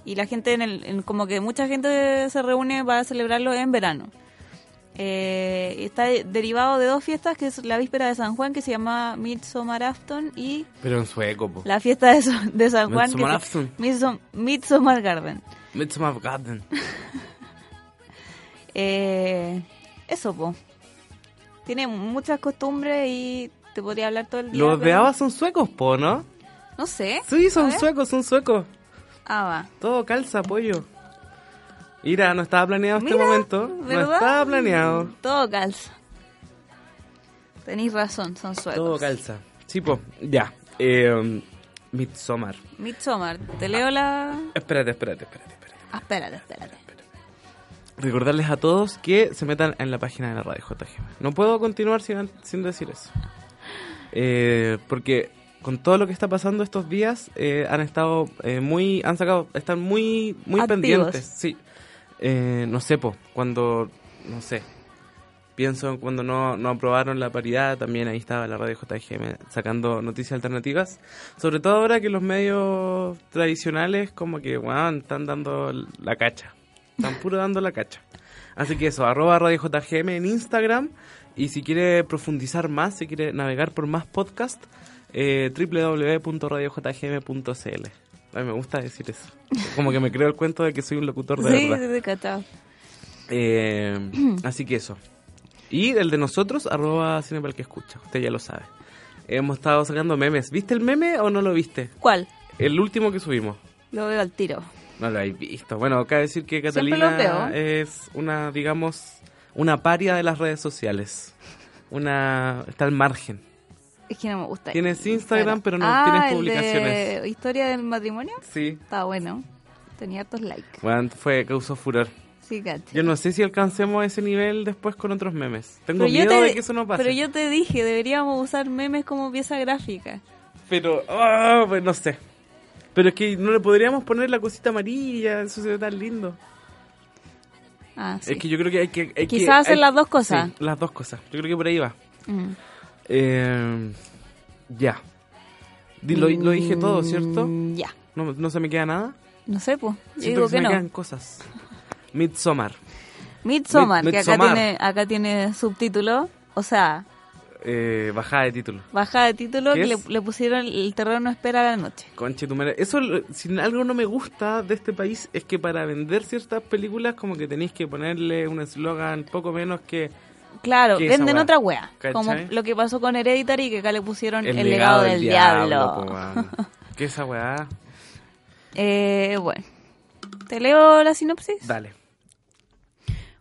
[SPEAKER 5] Y la gente, en el, en- como que mucha gente se reúne para celebrarlo en verano. Eh, está de- derivado de dos fiestas, que es la víspera de San Juan, que se llama Midsommar Afton, y
[SPEAKER 4] Pero en sueco, po.
[SPEAKER 5] la fiesta de, San- de San Juan,
[SPEAKER 4] Midsommar
[SPEAKER 5] que se-
[SPEAKER 4] Afton.
[SPEAKER 5] Midsom- Midsommar Garden.
[SPEAKER 4] Midsommar Garden.
[SPEAKER 5] Eh, eso, po. Tiene muchas costumbres y te podría hablar todo el día.
[SPEAKER 4] Los de
[SPEAKER 5] pero-
[SPEAKER 4] ABBA son suecos, po, ¿no?
[SPEAKER 5] No sé.
[SPEAKER 4] Sí,
[SPEAKER 5] A
[SPEAKER 4] son
[SPEAKER 5] ver.
[SPEAKER 4] suecos, son suecos.
[SPEAKER 5] Ah, va.
[SPEAKER 4] Todo calza, pollo. Mira, no estaba planeado este
[SPEAKER 5] Mira,
[SPEAKER 4] momento. No
[SPEAKER 5] ¿verdad?
[SPEAKER 4] estaba planeado.
[SPEAKER 5] mm, Todo calza. Tenéis razón, son suecos.
[SPEAKER 4] Todo calza. Sí, po. Ya. Eh, Midsommar.
[SPEAKER 5] Midsommar, te leo la...
[SPEAKER 4] Espérate, espérate, espérate.
[SPEAKER 5] Ah, espérate, espérate.
[SPEAKER 4] Recordarles a todos que se metan en la página de la radio JGM. No puedo continuar sin, sin decir eso. Eh, porque con todo lo que está pasando estos días, eh, han estado eh, muy. han sacado. están muy, muy
[SPEAKER 5] Activos.
[SPEAKER 4] pendientes. Sí. Eh, no sé, po, cuando. no sé. Pienso en cuando no, no aprobaron la paridad, también ahí estaba la radio JGM sacando noticias alternativas. Sobre todo ahora que los medios tradicionales, como que, weón, están dando la cacha. Están puro dando la cacha. Así que eso, arroba Radio JGM en Instagram. Y si quiere profundizar más, si quiere navegar por más podcast, eh, www.radiojgm.cl. A mí me gusta decir eso. Como que me creo el cuento de que soy un locutor de
[SPEAKER 5] Sí,
[SPEAKER 4] verdad.
[SPEAKER 5] te cachado.
[SPEAKER 4] Eh, así que eso. Y el de nosotros, arroba Cine para el que escucha. Usted ya lo sabe. Hemos estado sacando memes. ¿Viste el meme o no lo viste?
[SPEAKER 5] ¿Cuál?
[SPEAKER 4] El último que subimos.
[SPEAKER 5] Lo veo al tiro.
[SPEAKER 4] No lo habéis visto. Bueno, acá decir que
[SPEAKER 5] Siempre los
[SPEAKER 4] Catalina es una, digamos, una paria de las redes sociales. Una está al margen.
[SPEAKER 5] Es que no me gusta.
[SPEAKER 4] Tienes Instagram, pero no
[SPEAKER 5] Ah,
[SPEAKER 4] tienes
[SPEAKER 5] el
[SPEAKER 4] publicaciones.
[SPEAKER 5] de ¿Historia del matrimonio?
[SPEAKER 4] Sí.
[SPEAKER 5] Está bueno. Tenía hartos likes.
[SPEAKER 4] Bueno, fue causó furor.
[SPEAKER 5] Sí, caché.
[SPEAKER 4] Yo no sé si alcancemos ese nivel después con otros memes. Tengo
[SPEAKER 5] Pero yo
[SPEAKER 4] miedo
[SPEAKER 5] te-
[SPEAKER 4] de que eso no pase.
[SPEAKER 5] Pero yo te dije, deberíamos usar memes como pieza gráfica.
[SPEAKER 4] Pero, ah, pues no sé. Pero es que no le podríamos poner la cosita amarilla, eso se ve tan lindo.
[SPEAKER 5] Ah, sí.
[SPEAKER 4] Es que yo creo que hay que... hay que-
[SPEAKER 5] Quizás hacer
[SPEAKER 4] hay-
[SPEAKER 5] las dos cosas.
[SPEAKER 4] Sí, las dos cosas. Yo creo que por ahí va.
[SPEAKER 5] Mm.
[SPEAKER 4] Eh, ya. Di- Lo, lo dije todo, ¿cierto?
[SPEAKER 5] Mm, Ya.
[SPEAKER 4] No, no se me queda nada.
[SPEAKER 5] No sé, pues. Yo
[SPEAKER 4] Siento
[SPEAKER 5] digo
[SPEAKER 4] que se
[SPEAKER 5] que
[SPEAKER 4] me
[SPEAKER 5] no.
[SPEAKER 4] quedan cosas. Midsommar.
[SPEAKER 5] Midsommar,
[SPEAKER 4] Mid-
[SPEAKER 5] que acá
[SPEAKER 4] Midsommar.
[SPEAKER 5] tiene, acá tiene subtítulo. O sea,
[SPEAKER 4] eh, bajada de título.
[SPEAKER 5] Bajada de título
[SPEAKER 4] ¿Qué
[SPEAKER 5] que le,
[SPEAKER 4] es?
[SPEAKER 5] le pusieron El terror no espera la noche.
[SPEAKER 4] Conche tu madre. Eso, lo- si algo no me gusta de este país, es que para vender ciertas películas, como que tenéis que ponerle un eslogan poco menos que.
[SPEAKER 5] Claro,
[SPEAKER 4] que esa
[SPEAKER 5] venden
[SPEAKER 4] weá.
[SPEAKER 5] otra wea.
[SPEAKER 4] ¿Cachai?
[SPEAKER 5] Como lo que pasó con Hereditary, que acá le pusieron El, legado, del diablo. [LAUGHS]
[SPEAKER 4] po, weón. ¿Qué esa weá?
[SPEAKER 5] Eh, bueno, ¿te leo la sinopsis?
[SPEAKER 4] Dale.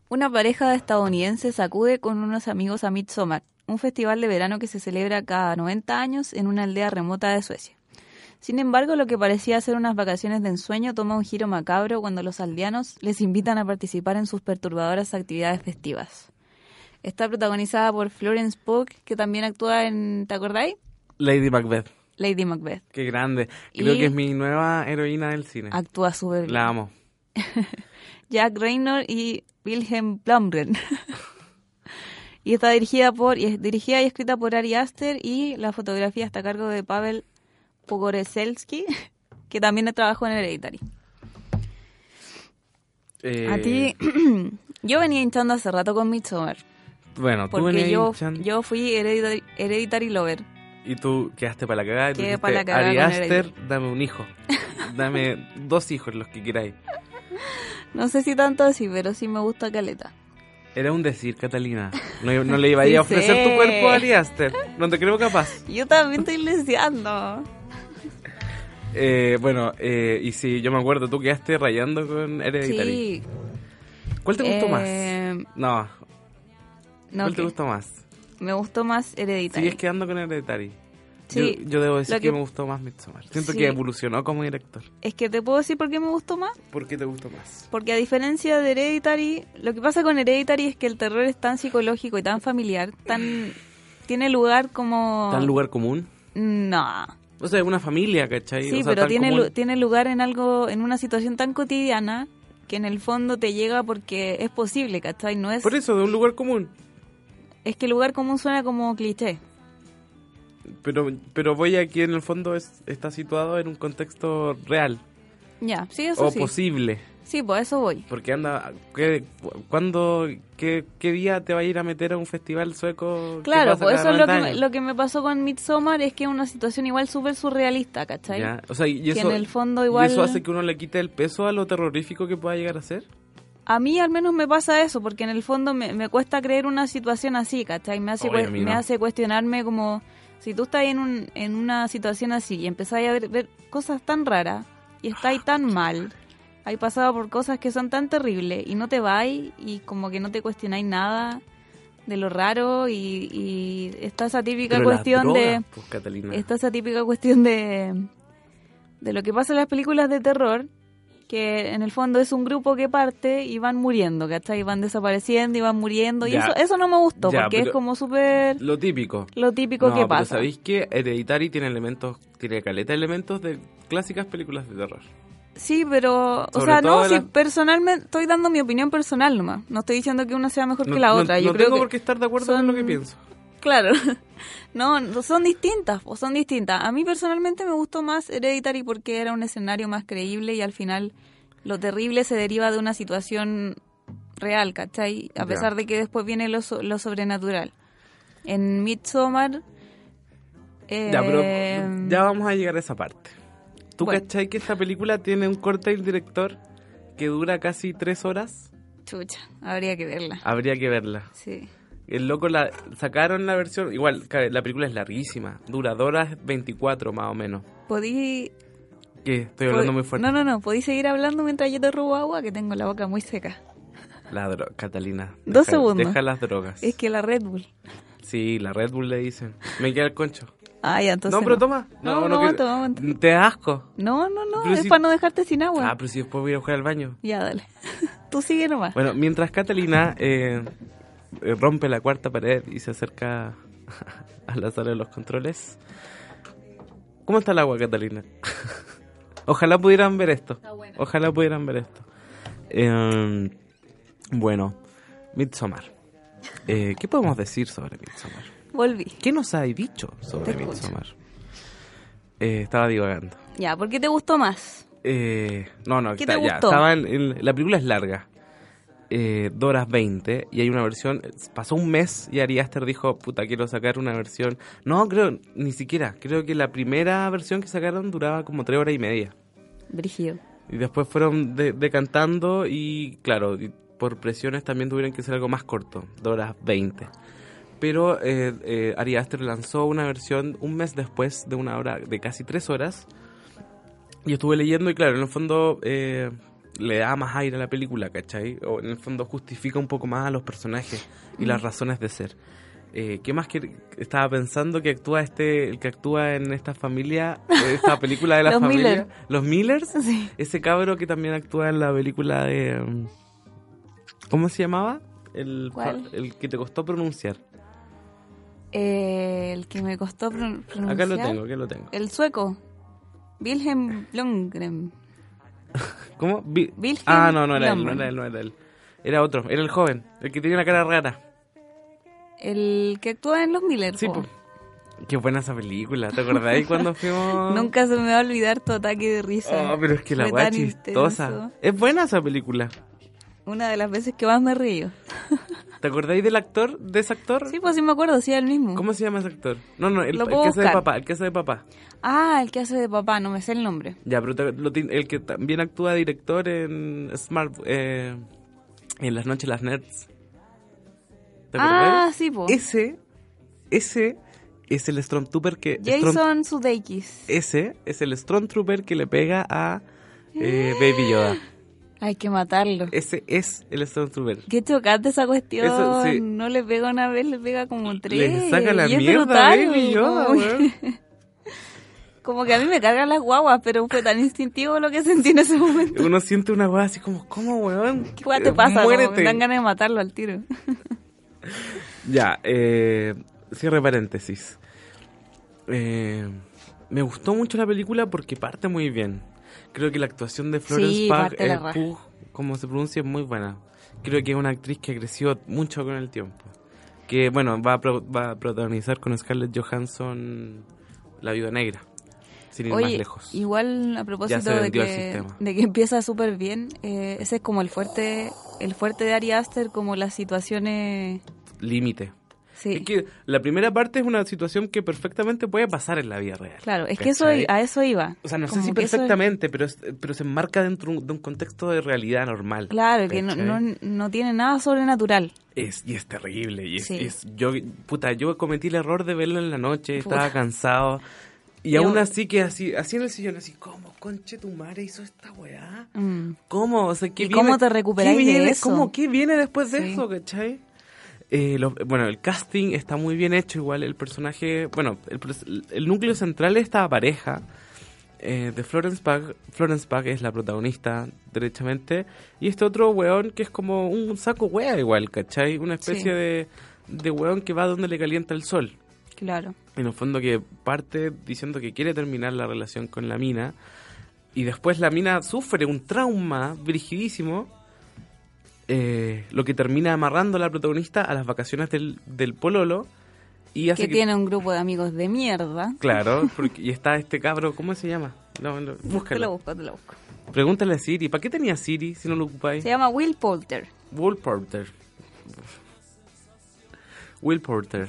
[SPEAKER 5] Una pareja estadounidense sacude con unos amigos a Midsommar, un festival de verano que se celebra cada 90 años en una aldea remota de Suecia. Sin embargo, lo que parecía ser unas vacaciones de ensueño toma un giro macabro cuando los aldeanos les invitan a participar en sus perturbadoras actividades festivas. Está protagonizada por Florence Pugh, que también actúa en, ¿te acordáis?
[SPEAKER 4] Lady Macbeth.
[SPEAKER 5] Lady Macbeth.
[SPEAKER 4] Qué grande. Creo
[SPEAKER 5] Y-
[SPEAKER 4] que es mi nueva heroína del cine.
[SPEAKER 5] Actúa súper bien.
[SPEAKER 4] La amo.
[SPEAKER 5] Jack Reynor y Wilhelm Blumgren. [LAUGHS] y está dirigida por y es dirigida y escrita por Ari Aster y la fotografía está a cargo de Pavel Pogorezelski, [LAUGHS] que también trabajó en Hereditary.
[SPEAKER 4] Eh,
[SPEAKER 5] A ti [CLEARS THROAT] yo venía hinchando hace rato con Midsommar,
[SPEAKER 4] Bueno, tú
[SPEAKER 5] porque
[SPEAKER 4] venías
[SPEAKER 5] yo,
[SPEAKER 4] hinchando
[SPEAKER 5] yo fui hereditary, hereditary lover.
[SPEAKER 4] y tú quedaste para la cagada. y tú
[SPEAKER 5] Quedé
[SPEAKER 4] dijiste,
[SPEAKER 5] pa' la cagada
[SPEAKER 4] Ari
[SPEAKER 5] con
[SPEAKER 4] Aster, dame
[SPEAKER 5] [LAUGHS]
[SPEAKER 4] un hijo. Dame dos hijos, los que queráis.
[SPEAKER 5] No sé si tanto así, pero sí me gusta Caleta.
[SPEAKER 4] Era un decir, Catalina. No,
[SPEAKER 5] [LAUGHS]
[SPEAKER 4] no le iba
[SPEAKER 5] Sí
[SPEAKER 4] a ofrecer
[SPEAKER 5] sé.
[SPEAKER 4] tu cuerpo a Ari Aster. No te creo capaz.
[SPEAKER 5] Yo también estoy leseando.
[SPEAKER 4] Eh, bueno, eh, y si yo me acuerdo, tú quedaste rayando con Hereditary.
[SPEAKER 5] Sí.
[SPEAKER 4] ¿Cuál te gustó
[SPEAKER 5] Eh,
[SPEAKER 4] más? No.
[SPEAKER 5] no,
[SPEAKER 4] ¿Cuál
[SPEAKER 5] ¿qué?
[SPEAKER 4] te gustó más?
[SPEAKER 5] Me gustó más Hereditary.
[SPEAKER 4] Sigues quedando con Hereditary.
[SPEAKER 5] Sí,
[SPEAKER 4] yo, yo debo decir
[SPEAKER 5] lo
[SPEAKER 4] que...
[SPEAKER 5] que-
[SPEAKER 4] me gustó más Midsommar. Siento
[SPEAKER 5] Sí.
[SPEAKER 4] que evolucionó como director.
[SPEAKER 5] Es que te puedo decir por qué me gustó más.
[SPEAKER 4] ¿Por qué te gustó más?
[SPEAKER 5] Porque a diferencia de Hereditary, lo que pasa con Hereditary es que el terror es tan psicológico y tan familiar, tan tiene lugar como
[SPEAKER 4] ¿Tan lugar común?
[SPEAKER 5] no.
[SPEAKER 4] O sea, una familia, ¿cachai?
[SPEAKER 5] Sí,
[SPEAKER 4] O sea,
[SPEAKER 5] pero
[SPEAKER 4] tan
[SPEAKER 5] tiene
[SPEAKER 4] común.
[SPEAKER 5] lu- tiene lugar en algo en una situación tan cotidiana que en el fondo te llega porque es posible, ¿cachai? No es
[SPEAKER 4] Por eso, de un lugar común.
[SPEAKER 5] es que lugar común suena como cliché.
[SPEAKER 4] Pero, pero voy aquí en el fondo es, está situado en un contexto real
[SPEAKER 5] Ya, sí, eso
[SPEAKER 4] o
[SPEAKER 5] sí.
[SPEAKER 4] posible.
[SPEAKER 5] Sí, pues a eso voy.
[SPEAKER 4] Porque anda, ¿qué, ¿cuándo, qué, qué día te va a ir a meter a un festival sueco? que
[SPEAKER 5] Claro,
[SPEAKER 4] pasa
[SPEAKER 5] pues eso
[SPEAKER 4] cada
[SPEAKER 5] es lo
[SPEAKER 4] 90
[SPEAKER 5] que, me,
[SPEAKER 4] años?
[SPEAKER 5] lo que me pasó con Midsommar es que es una situación igual súper surrealista, ¿cachai?
[SPEAKER 4] Ya, O sea, y
[SPEAKER 5] Que
[SPEAKER 4] eso,
[SPEAKER 5] en el fondo
[SPEAKER 4] y
[SPEAKER 5] igual-
[SPEAKER 4] eso hace que uno le quite el peso a lo terrorífico que pueda llegar a ser.
[SPEAKER 5] A mí al menos me pasa eso, porque en el fondo me, me cuesta creer una situación así, ¿cachai? Me hace,
[SPEAKER 4] Oye,
[SPEAKER 5] cue-
[SPEAKER 4] a mí
[SPEAKER 5] me
[SPEAKER 4] no.
[SPEAKER 5] hace cuestionarme como, si tú estás en, un, en una situación así y empezáis a ver, ver cosas tan raras y estáis tan mal, hay pasado por cosas que son tan terribles y no te vais y como que no te cuestionáis nada de lo raro y, y está esa típica
[SPEAKER 4] Pero las
[SPEAKER 5] cuestión de...
[SPEAKER 4] drogas, pues, Catalina.
[SPEAKER 5] Está esa típica cuestión de, de lo que pasa en las películas de terror, que en el fondo es un grupo que parte y van muriendo, ¿cachai? Y van desapareciendo y van muriendo. Y
[SPEAKER 4] Ya.
[SPEAKER 5] eso, eso no me gustó,
[SPEAKER 4] Ya,
[SPEAKER 5] porque es
[SPEAKER 4] pero-
[SPEAKER 5] como súper
[SPEAKER 4] Lo típico.
[SPEAKER 5] lo típico
[SPEAKER 4] no,
[SPEAKER 5] que
[SPEAKER 4] pero
[SPEAKER 5] pasa.
[SPEAKER 4] ¿Sabéis que Hereditary tiene elementos, tiene caleta de elementos de clásicas películas de terror?
[SPEAKER 5] Sí, pero, o
[SPEAKER 4] Sobre
[SPEAKER 5] sea,
[SPEAKER 4] todo
[SPEAKER 5] no,
[SPEAKER 4] de
[SPEAKER 5] si
[SPEAKER 4] las-
[SPEAKER 5] personalmente estoy dando mi opinión personal nomás. No estoy diciendo que una sea mejor
[SPEAKER 4] No-
[SPEAKER 5] que la
[SPEAKER 4] no-
[SPEAKER 5] otra.
[SPEAKER 4] no
[SPEAKER 5] Yo creo
[SPEAKER 4] tengo
[SPEAKER 5] que...
[SPEAKER 4] por qué estar de acuerdo con lo que pienso.
[SPEAKER 5] Claro. [LAUGHS] No, no, son distintas, po, son distintas. A mí personalmente me gustó más Hereditary porque era un escenario más creíble y al final lo terrible se deriva de una situación real, ¿cachai? A
[SPEAKER 14] Ya.
[SPEAKER 5] pesar de que después viene lo, so- lo sobrenatural. En Midsommar... eh,
[SPEAKER 4] Ya, pero ya vamos a llegar a esa parte. ¿Tú
[SPEAKER 5] Bueno.
[SPEAKER 4] cachai que esta película tiene un corte del director que dura casi tres horas?
[SPEAKER 5] Chucha, habría que verla.
[SPEAKER 4] Habría que verla.
[SPEAKER 5] Sí.
[SPEAKER 4] El loco la sacaron la versión, igual ca- la película es larguísima, dura dos horas 24 más o menos.
[SPEAKER 5] Podí...
[SPEAKER 4] Que estoy hablando
[SPEAKER 5] pod-
[SPEAKER 4] muy fuerte.
[SPEAKER 5] No, no, no, podí seguir hablando mientras yo te robo agua que tengo la boca muy seca.
[SPEAKER 4] La dro- Catalina.
[SPEAKER 5] Dos
[SPEAKER 4] deja-
[SPEAKER 5] segundos.
[SPEAKER 4] Deja las drogas.
[SPEAKER 5] Es que la Red Bull.
[SPEAKER 4] Sí, la Red Bull le dicen. Me queda el concho.
[SPEAKER 5] Ah, ya, entonces
[SPEAKER 4] No, pero
[SPEAKER 5] no.
[SPEAKER 4] toma.
[SPEAKER 5] No, no,
[SPEAKER 4] quiero-
[SPEAKER 5] toma, aguanta.
[SPEAKER 4] Te da asco.
[SPEAKER 5] No, no, no,
[SPEAKER 4] Pero
[SPEAKER 5] es
[SPEAKER 4] si-
[SPEAKER 5] para no dejarte sin agua.
[SPEAKER 4] Ah, pero si después voy a ir a jugar al baño.
[SPEAKER 5] Ya, dale. [LAUGHS] Tú sigue nomás.
[SPEAKER 4] Bueno, mientras Catalina eh, eh, rompe la cuarta pared y se acerca [LAUGHS] a la sala de los controles. ¿Cómo está el agua, Catalina? [LAUGHS] Ojalá pudieran ver esto. Ojalá pudieran ver esto. Eh, bueno, Midsommar. Eh, ¿Qué podemos decir sobre Midsommar?
[SPEAKER 5] Volví.
[SPEAKER 4] ¿Qué nos hay dicho
[SPEAKER 5] Te
[SPEAKER 4] sobre
[SPEAKER 5] escucho.
[SPEAKER 4] Midsommar? Eh, estaba divagando.
[SPEAKER 5] Ya, ¿por qué te gustó más?
[SPEAKER 4] Eh, no, no,
[SPEAKER 5] ¿Qué
[SPEAKER 4] está-
[SPEAKER 5] te
[SPEAKER 4] ya,
[SPEAKER 5] gustó?
[SPEAKER 4] estaba en- en- la película es larga. eh, dos horas 20 y hay una versión, pasó un mes y Ari Aster dijo, puta, quiero sacar una versión. No, creo, ni siquiera, creo que la primera versión que sacaron duraba como tres horas y media.
[SPEAKER 5] Brígido.
[SPEAKER 4] Y después fueron de- decantando y, claro, y por presiones también tuvieron que hacer algo más corto, 2 horas 20. Pero eh, eh, Ari Aster lanzó una versión un mes después de una hora, de casi 3 horas. Y estuve leyendo y, claro, en el fondo eh, le da más aire a la película, ¿cachai? O en el fondo justifica un poco más a los personajes y las
[SPEAKER 7] Mm.
[SPEAKER 4] razones de ser. Eh, ¿Qué más que estaba pensando que actúa este, el que actúa en esta familia, esta película de
[SPEAKER 5] [LAUGHS]
[SPEAKER 4] la
[SPEAKER 5] Los
[SPEAKER 4] familia?
[SPEAKER 5] Miller.
[SPEAKER 4] Los Millers. Ese cabro que también actúa en la película de. um, ¿Cómo se llamaba? El,
[SPEAKER 5] ¿Cuál?
[SPEAKER 4] el que te costó pronunciar.
[SPEAKER 5] Eh, el que me costó pron- pronunciar.
[SPEAKER 4] Acá lo tengo, acá lo tengo.
[SPEAKER 5] El sueco. Wilhelm Blomgren.
[SPEAKER 4] ¿Cómo? Vi-
[SPEAKER 5] Wilhelm
[SPEAKER 4] ah, no, no era él, no
[SPEAKER 5] Lomborg.
[SPEAKER 4] era él, no era él. Era otro, era el joven, el que tenía una cara rara.
[SPEAKER 5] El que actúa en Los Miller. po.
[SPEAKER 4] Qué buena esa película, ¿te acordáis
[SPEAKER 5] [LAUGHS]
[SPEAKER 4] cuando fuimos?
[SPEAKER 5] Nunca se me va a olvidar tu ataque de risa.
[SPEAKER 4] Oh, Ah. pero es que la
[SPEAKER 5] Fue
[SPEAKER 4] weá
[SPEAKER 5] tan
[SPEAKER 4] chistosa.
[SPEAKER 5] intenso.
[SPEAKER 4] Es buena esa película.
[SPEAKER 5] Una de las veces que más me río.
[SPEAKER 4] ¿Te acordáis del actor, de ese actor?
[SPEAKER 5] Sí, pues sí me acuerdo, sí, era el mismo.
[SPEAKER 4] ¿Cómo se llama ese actor? No, no, el,
[SPEAKER 5] Lo
[SPEAKER 4] el
[SPEAKER 5] puedo
[SPEAKER 4] que hace de
[SPEAKER 5] buscar.
[SPEAKER 4] papá, el que hace de papá.
[SPEAKER 5] Ah, el que hace de papá, no me sé el nombre.
[SPEAKER 4] Ya, pero te- lo tin- el que también actúa director en Smart eh, en Las Noches Las Nerds. ¿Te
[SPEAKER 5] Ah,
[SPEAKER 4] acordás?
[SPEAKER 5] sí, po.
[SPEAKER 4] Ese. Ese es el Stormtrooper que Storm-
[SPEAKER 5] Jason Sudeikis.
[SPEAKER 4] ese es el Stormtrooper que le pega a eh, Baby Yoda.
[SPEAKER 5] Hay que matarlo.
[SPEAKER 4] Ese es el Stormtrooper.
[SPEAKER 5] Qué chocante esa cuestión.
[SPEAKER 4] Eso, sí.
[SPEAKER 5] No le pega una vez, le pega como tres.
[SPEAKER 4] Le saca la
[SPEAKER 5] y es
[SPEAKER 4] mierda a
[SPEAKER 5] brutal,
[SPEAKER 4] Baby Yoda,
[SPEAKER 5] como, [LAUGHS]
[SPEAKER 4] weón.
[SPEAKER 5] como que a mí me cargan las guaguas, pero fue tan instintivo lo que sentí en ese
[SPEAKER 4] [LAUGHS]
[SPEAKER 5] momento.
[SPEAKER 4] Uno siente una weá así como, ¿cómo, weón? Eh,
[SPEAKER 5] ¿Qué weá te pasa? Como
[SPEAKER 4] Muérete.
[SPEAKER 5] me dan ganas de matarlo al tiro.
[SPEAKER 4] Ya, eh, cierre paréntesis. Eh, me gustó mucho la película porque parte muy bien. Creo que la actuación de Florence
[SPEAKER 5] Sí,
[SPEAKER 4] Pugh,
[SPEAKER 5] parte la
[SPEAKER 4] eh,
[SPEAKER 5] raja.
[SPEAKER 4] Pugh, como se pronuncia, es muy buena. Creo que es una actriz que creció mucho con el tiempo. Que, bueno, va a, pro- va a protagonizar con Scarlett Johansson La Viuda Negra. Sin ir más
[SPEAKER 5] Oye,
[SPEAKER 4] lejos.
[SPEAKER 5] igual a
[SPEAKER 4] se
[SPEAKER 5] propósito de
[SPEAKER 4] vendió el
[SPEAKER 5] que,
[SPEAKER 4] sistema.
[SPEAKER 5] de que empieza súper bien, eh, ese es como el fuerte el fuerte de Ari Aster, como las situaciones...
[SPEAKER 4] Límite.
[SPEAKER 5] Sí.
[SPEAKER 4] Es que la primera parte es una situación que perfectamente puede pasar en la vida real.
[SPEAKER 5] Claro, es que eso,
[SPEAKER 4] ¿cachai?
[SPEAKER 5] a eso iba.
[SPEAKER 4] O sea, no sé
[SPEAKER 5] Como
[SPEAKER 4] si
[SPEAKER 5] que eso es-
[SPEAKER 4] perfectamente, pero, es- pero se enmarca dentro un- de un contexto de realidad normal.
[SPEAKER 5] Claro, que no,
[SPEAKER 4] ¿cachai?
[SPEAKER 5] no, no tiene nada sobrenatural.
[SPEAKER 4] Es, y es terrible. Y es,
[SPEAKER 5] Sí.
[SPEAKER 4] y es- yo, puta, yo cometí el error de verla en la noche,
[SPEAKER 5] Puta.
[SPEAKER 4] estaba cansado. Y
[SPEAKER 5] Yo-
[SPEAKER 4] aún así que así, así en el sillón, así, ¿cómo conche tu madre hizo esta weá?
[SPEAKER 5] Mm.
[SPEAKER 4] ¿Cómo? O sea, ¿qué
[SPEAKER 5] ¿Y
[SPEAKER 4] viene-
[SPEAKER 5] cómo te recuperáis
[SPEAKER 4] qué
[SPEAKER 5] de
[SPEAKER 4] viene-
[SPEAKER 5] eso?
[SPEAKER 4] ¿Cómo? ¿Qué viene después de
[SPEAKER 5] Sí.
[SPEAKER 4] eso, cachai? Eh, lo- bueno, el casting está muy bien hecho, igual el personaje, bueno, el, pres- el núcleo central de esta pareja eh, de Florence Pugh, Florence Pugh es la protagonista, derechamente, y este otro weón que es como un saco wea igual, ¿cachai? Una especie
[SPEAKER 5] Sí.
[SPEAKER 4] de, de weón que va donde le calienta el sol
[SPEAKER 5] Claro.
[SPEAKER 4] en el fondo que parte diciendo que quiere terminar la relación con la mina y después la mina sufre un trauma brigidísimo eh, lo que termina amarrando a la protagonista a las vacaciones del, del pololo y hace
[SPEAKER 5] Que
[SPEAKER 4] que,
[SPEAKER 5] tiene un grupo de amigos de mierda.
[SPEAKER 4] claro porque, y está este cabro ¿cómo se llama? No, no,
[SPEAKER 5] Te lo
[SPEAKER 4] búscalo
[SPEAKER 5] busco, te lo busco.
[SPEAKER 4] pregúntale a Siri ¿para qué tenía Siri si no lo ocupáis?
[SPEAKER 5] Se llama Will Poulter.
[SPEAKER 4] Will Porter. Will Porter.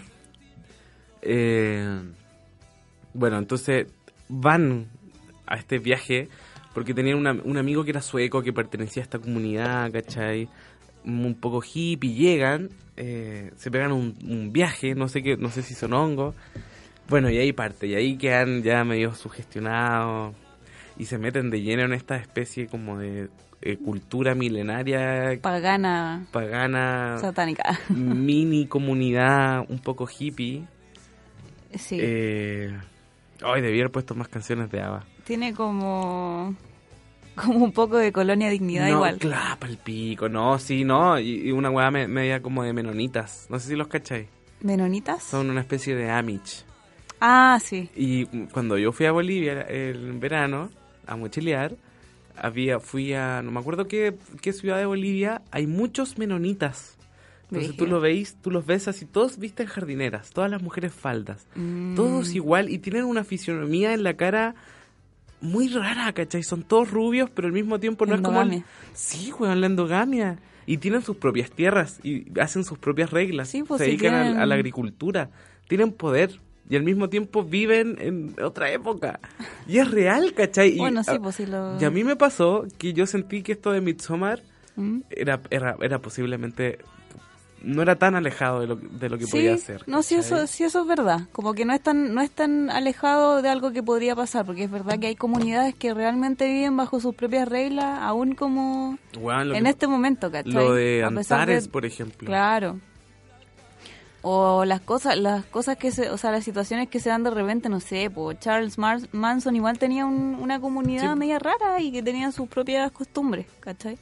[SPEAKER 4] Eh, bueno, entonces van a este viaje porque tenían una- un amigo que era sueco, que pertenecía a esta comunidad, ¿cachai? Mm, Un poco hippie, llegan, eh, se pegan un, un viaje, no sé, qué, no sé si son hongos. Bueno, y ahí parte, y ahí quedan ya medio sugestionados y se meten de lleno en esta especie como de eh, cultura milenaria
[SPEAKER 5] Pagana
[SPEAKER 4] pagana,
[SPEAKER 5] satánica. [LAUGHS]
[SPEAKER 4] mini comunidad, un poco hippie.
[SPEAKER 5] Sí.
[SPEAKER 4] Eh, ay, debí haber puesto más canciones de ABBA.
[SPEAKER 5] Tiene como. Como un poco de colonia dignidad
[SPEAKER 4] no,
[SPEAKER 5] igual.
[SPEAKER 4] Claro, el pico, no, sí, no. Y, y una weá me- media como de menonitas. No sé si los cacháis.
[SPEAKER 5] ¿Menonitas?
[SPEAKER 4] Son una especie de Amish.
[SPEAKER 5] Ah, sí.
[SPEAKER 4] Y cuando yo fui a Bolivia en verano a mochilear, había, fui a, no me acuerdo qué, qué ciudad de Bolivia, hay muchos menonitas. Entonces tú
[SPEAKER 7] Brígido.
[SPEAKER 4] los veis, tú los ves así, todos visten jardineras, todas las mujeres faldas,
[SPEAKER 7] Mm.
[SPEAKER 4] todos igual y tienen una fisionomía en la cara muy rara, ¿cachai? Son todos rubios, pero al mismo tiempo no es como... el-
[SPEAKER 5] Endogamia.
[SPEAKER 4] Sí, weón, la endogamia. Y tienen sus propias tierras y hacen sus propias reglas.
[SPEAKER 5] pues,
[SPEAKER 4] se
[SPEAKER 5] sí
[SPEAKER 4] dedican al-
[SPEAKER 5] tienen-
[SPEAKER 4] a la agricultura. Tienen poder. Y al mismo tiempo viven en otra época. Y es real, ¿cachai? Y,
[SPEAKER 5] bueno, sí,
[SPEAKER 4] ah,
[SPEAKER 5] pues sí lo...
[SPEAKER 4] y a mí me pasó que yo sentí que esto de Midsommar
[SPEAKER 5] ¿Mm?
[SPEAKER 4] era, era, era posiblemente... No era tan alejado de lo, de lo que
[SPEAKER 5] Sí,
[SPEAKER 4] podía hacer.
[SPEAKER 5] No, sí eso, sí, eso es verdad. Como que no es, tan, no es tan alejado de algo que podría pasar, porque es verdad que hay comunidades que realmente viven bajo sus propias reglas, aún como
[SPEAKER 4] Weón, lo
[SPEAKER 5] en
[SPEAKER 4] que-
[SPEAKER 5] este momento, ¿cachai?
[SPEAKER 4] Lo de
[SPEAKER 5] A pesar
[SPEAKER 4] Antares, por ejemplo.
[SPEAKER 5] Claro. O las cosas, las cosas que se, o sea, las situaciones que se dan de repente, no sé, po, Charles Mar- Manson igual tenía un- una comunidad
[SPEAKER 4] Sí.
[SPEAKER 5] media rara y que tenía sus propias costumbres, ¿cachai?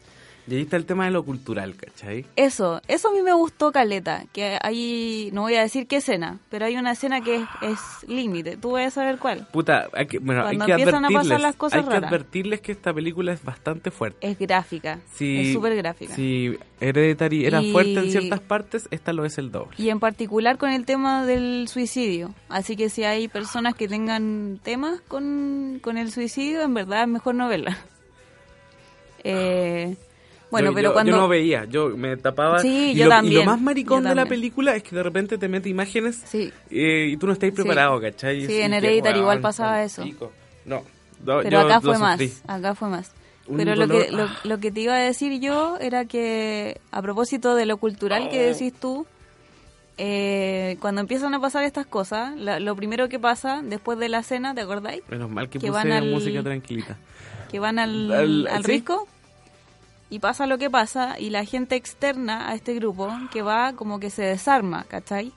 [SPEAKER 4] Y ahí está el tema de lo cultural, ¿cachai?
[SPEAKER 5] Eso, eso a mí me gustó Caleta, que hay, no voy a decir qué escena, pero hay una escena que es, es límite, tú vas a saber cuál.
[SPEAKER 4] Puta, hay que, bueno, hay
[SPEAKER 5] Cuando
[SPEAKER 4] que
[SPEAKER 5] empiezan a pasar
[SPEAKER 4] advertirles.
[SPEAKER 5] las cosas
[SPEAKER 4] hay que
[SPEAKER 5] raras.
[SPEAKER 4] advertirles que esta película es bastante fuerte.
[SPEAKER 5] Es gráfica,
[SPEAKER 4] Si,
[SPEAKER 5] es súper gráfica.
[SPEAKER 4] Si Hereditary era
[SPEAKER 5] Y-
[SPEAKER 4] fuerte en ciertas partes, esta lo es el doble.
[SPEAKER 5] Y en particular con el tema del suicidio. Así que si hay personas que tengan temas con, con el suicidio, en verdad es mejor no verla. Eh, bueno,
[SPEAKER 4] Yo-
[SPEAKER 5] pero
[SPEAKER 4] yo-
[SPEAKER 5] cuando...
[SPEAKER 4] Yo no veía, yo me tapaba.
[SPEAKER 5] Sí,
[SPEAKER 4] y
[SPEAKER 5] yo
[SPEAKER 4] lo, Y
[SPEAKER 5] también,
[SPEAKER 4] lo más maricón
[SPEAKER 5] yo
[SPEAKER 4] de la
[SPEAKER 5] también.
[SPEAKER 4] película es que de repente te mete imágenes eh, y tú no estás preparado, ¿cachai?
[SPEAKER 5] Sí,
[SPEAKER 4] Y-
[SPEAKER 5] en
[SPEAKER 4] y que,
[SPEAKER 5] Hereditary
[SPEAKER 4] weón,
[SPEAKER 5] igual pasaba
[SPEAKER 4] el
[SPEAKER 5] eso.
[SPEAKER 4] pico. No, no,
[SPEAKER 5] Pero
[SPEAKER 4] yo
[SPEAKER 5] acá
[SPEAKER 4] lo
[SPEAKER 5] fue más,
[SPEAKER 4] sufrí.
[SPEAKER 5] acá fue más.
[SPEAKER 4] Un
[SPEAKER 5] Pero lo
[SPEAKER 4] dolor,
[SPEAKER 5] que, lo, lo que te iba a decir yo era que, a propósito de lo cultural que
[SPEAKER 15] Oh.
[SPEAKER 5] decís tú, eh, cuando empiezan a pasar estas cosas, la- lo primero que pasa después de la cena, ¿te acordáis?
[SPEAKER 4] Menos mal que,
[SPEAKER 5] Que
[SPEAKER 4] puse
[SPEAKER 5] van al-
[SPEAKER 4] música tranquilita.
[SPEAKER 5] Que van al,
[SPEAKER 4] Al-
[SPEAKER 5] al
[SPEAKER 4] sí.
[SPEAKER 5] risco y pasa lo que pasa y la gente externa a este grupo que va como que se desarma, ¿cachai?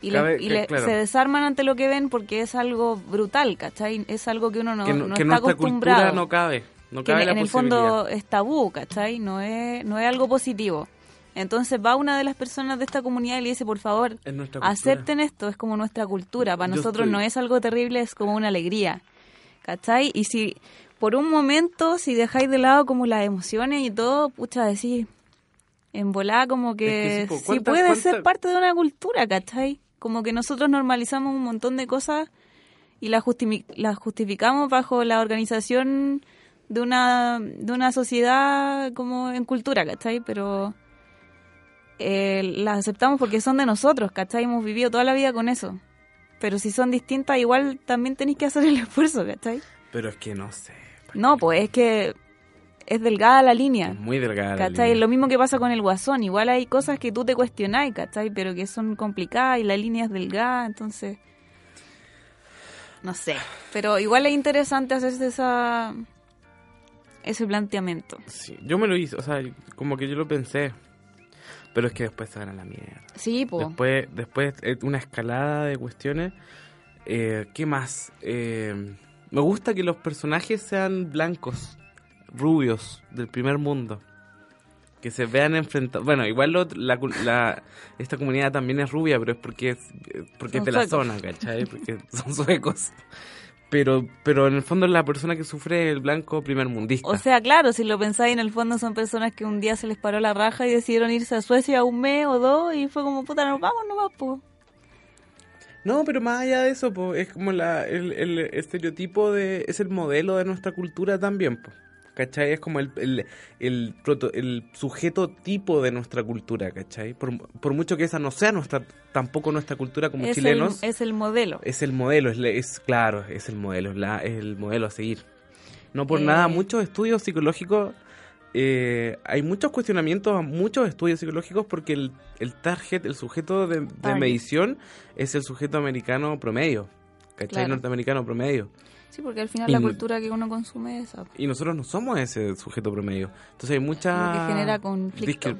[SPEAKER 5] Y, le-
[SPEAKER 4] Cabe-
[SPEAKER 5] y
[SPEAKER 4] que-
[SPEAKER 5] le-
[SPEAKER 4] claro.
[SPEAKER 5] se desarman ante lo que ven porque es algo brutal, ¿cachai? Es algo que uno no,
[SPEAKER 4] que no-
[SPEAKER 5] no
[SPEAKER 4] que
[SPEAKER 5] está
[SPEAKER 4] nuestra cultura
[SPEAKER 5] acostumbrado
[SPEAKER 4] no cabe. No
[SPEAKER 5] que
[SPEAKER 4] cabe
[SPEAKER 5] en,
[SPEAKER 4] la
[SPEAKER 5] en el
[SPEAKER 4] posibilidad.
[SPEAKER 5] fondo es tabú, ¿cachai? No es, no es algo positivo. Entonces va una de las personas de esta comunidad y le dice, por favor,
[SPEAKER 4] Es nuestra cultura.
[SPEAKER 5] acepten esto, es como nuestra cultura, para
[SPEAKER 4] Yo
[SPEAKER 5] nosotros
[SPEAKER 4] estoy-
[SPEAKER 5] no es algo terrible, es como una alegría, ¿cachai? Y si por un momento, si dejáis de lado como las emociones y todo, pucha, decís, en volada como
[SPEAKER 15] Es que
[SPEAKER 5] que,
[SPEAKER 15] sí, po,
[SPEAKER 5] sí
[SPEAKER 15] ¿cuántas-
[SPEAKER 5] puede ser
[SPEAKER 15] cuántas-
[SPEAKER 5] parte de una cultura, ¿cachai? Como que nosotros normalizamos un montón de cosas y las justifi- las justificamos bajo la organización de una, de una sociedad como en cultura, ¿cachai? Pero eh, las aceptamos porque son de nosotros, ¿cachai? Hemos vivido toda la vida con eso. Pero si son distintas, igual también tenéis que hacer el [LAUGHS] esfuerzo, ¿cachai?
[SPEAKER 4] Pero es que no sé.
[SPEAKER 5] No, pues es que es delgada la línea.
[SPEAKER 4] Muy delgada. la
[SPEAKER 5] ¿Cachai?
[SPEAKER 4] línea.
[SPEAKER 5] Lo mismo que pasa con el guasón. Igual hay cosas que tú te cuestionás, ¿cachai? Pero que son complicadas y la línea es delgada, entonces. No sé. Pero igual es interesante hacerse esa. ese planteamiento.
[SPEAKER 4] Sí, yo me lo hice, o sea, como que yo lo pensé. Pero es que después se van a la mierda.
[SPEAKER 5] Sí, po.
[SPEAKER 4] Después, después eh, una escalada de cuestiones. Eh, ¿Qué más? Eh, me gusta que los personajes sean blancos, rubios, del primer mundo. Que se vean enfrentados. Bueno, igual lo- la, cul- la- esta comunidad también es rubia, pero es porque es, porque
[SPEAKER 10] Son
[SPEAKER 4] es de la
[SPEAKER 10] suecos.
[SPEAKER 4] zona, ¿cachai? Porque son suecos. Pero, pero en el fondo es la persona que sufre el blanco primer mundista.
[SPEAKER 5] O sea, claro, si lo pensáis, en el fondo son personas que un día se les paró la raja y decidieron irse a Suecia un mes o dos y fue como, puta, nos vamos nomás, po.
[SPEAKER 4] No, pero más allá de eso, po, es como la, el, el estereotipo de... Es el modelo de nuestra cultura también, po, ¿cachai? Es como el, el, el, proto- el sujeto tipo de nuestra cultura, ¿cachai? Por, por mucho que esa no sea nuestra tampoco nuestra cultura como
[SPEAKER 5] Es el,
[SPEAKER 4] chilenos,
[SPEAKER 5] es el modelo.
[SPEAKER 4] es el modelo, es, la- es- claro, es el modelo, es, la- es el modelo a seguir. No por
[SPEAKER 5] Eh.
[SPEAKER 4] nada, muchos estudios psicológicos, eh, hay muchos cuestionamientos a muchos estudios psicológicos porque el, el target, el sujeto de, de
[SPEAKER 5] Target.
[SPEAKER 4] medición es el sujeto americano promedio, ¿cachai?
[SPEAKER 5] Claro.
[SPEAKER 4] Norteamericano promedio.
[SPEAKER 5] Sí, porque al final
[SPEAKER 4] Y
[SPEAKER 5] la
[SPEAKER 4] no-
[SPEAKER 5] cultura que uno consume es esa.
[SPEAKER 4] Y nosotros no somos ese sujeto promedio. Entonces hay mucha...
[SPEAKER 5] Lo que genera conflicto.
[SPEAKER 4] disque-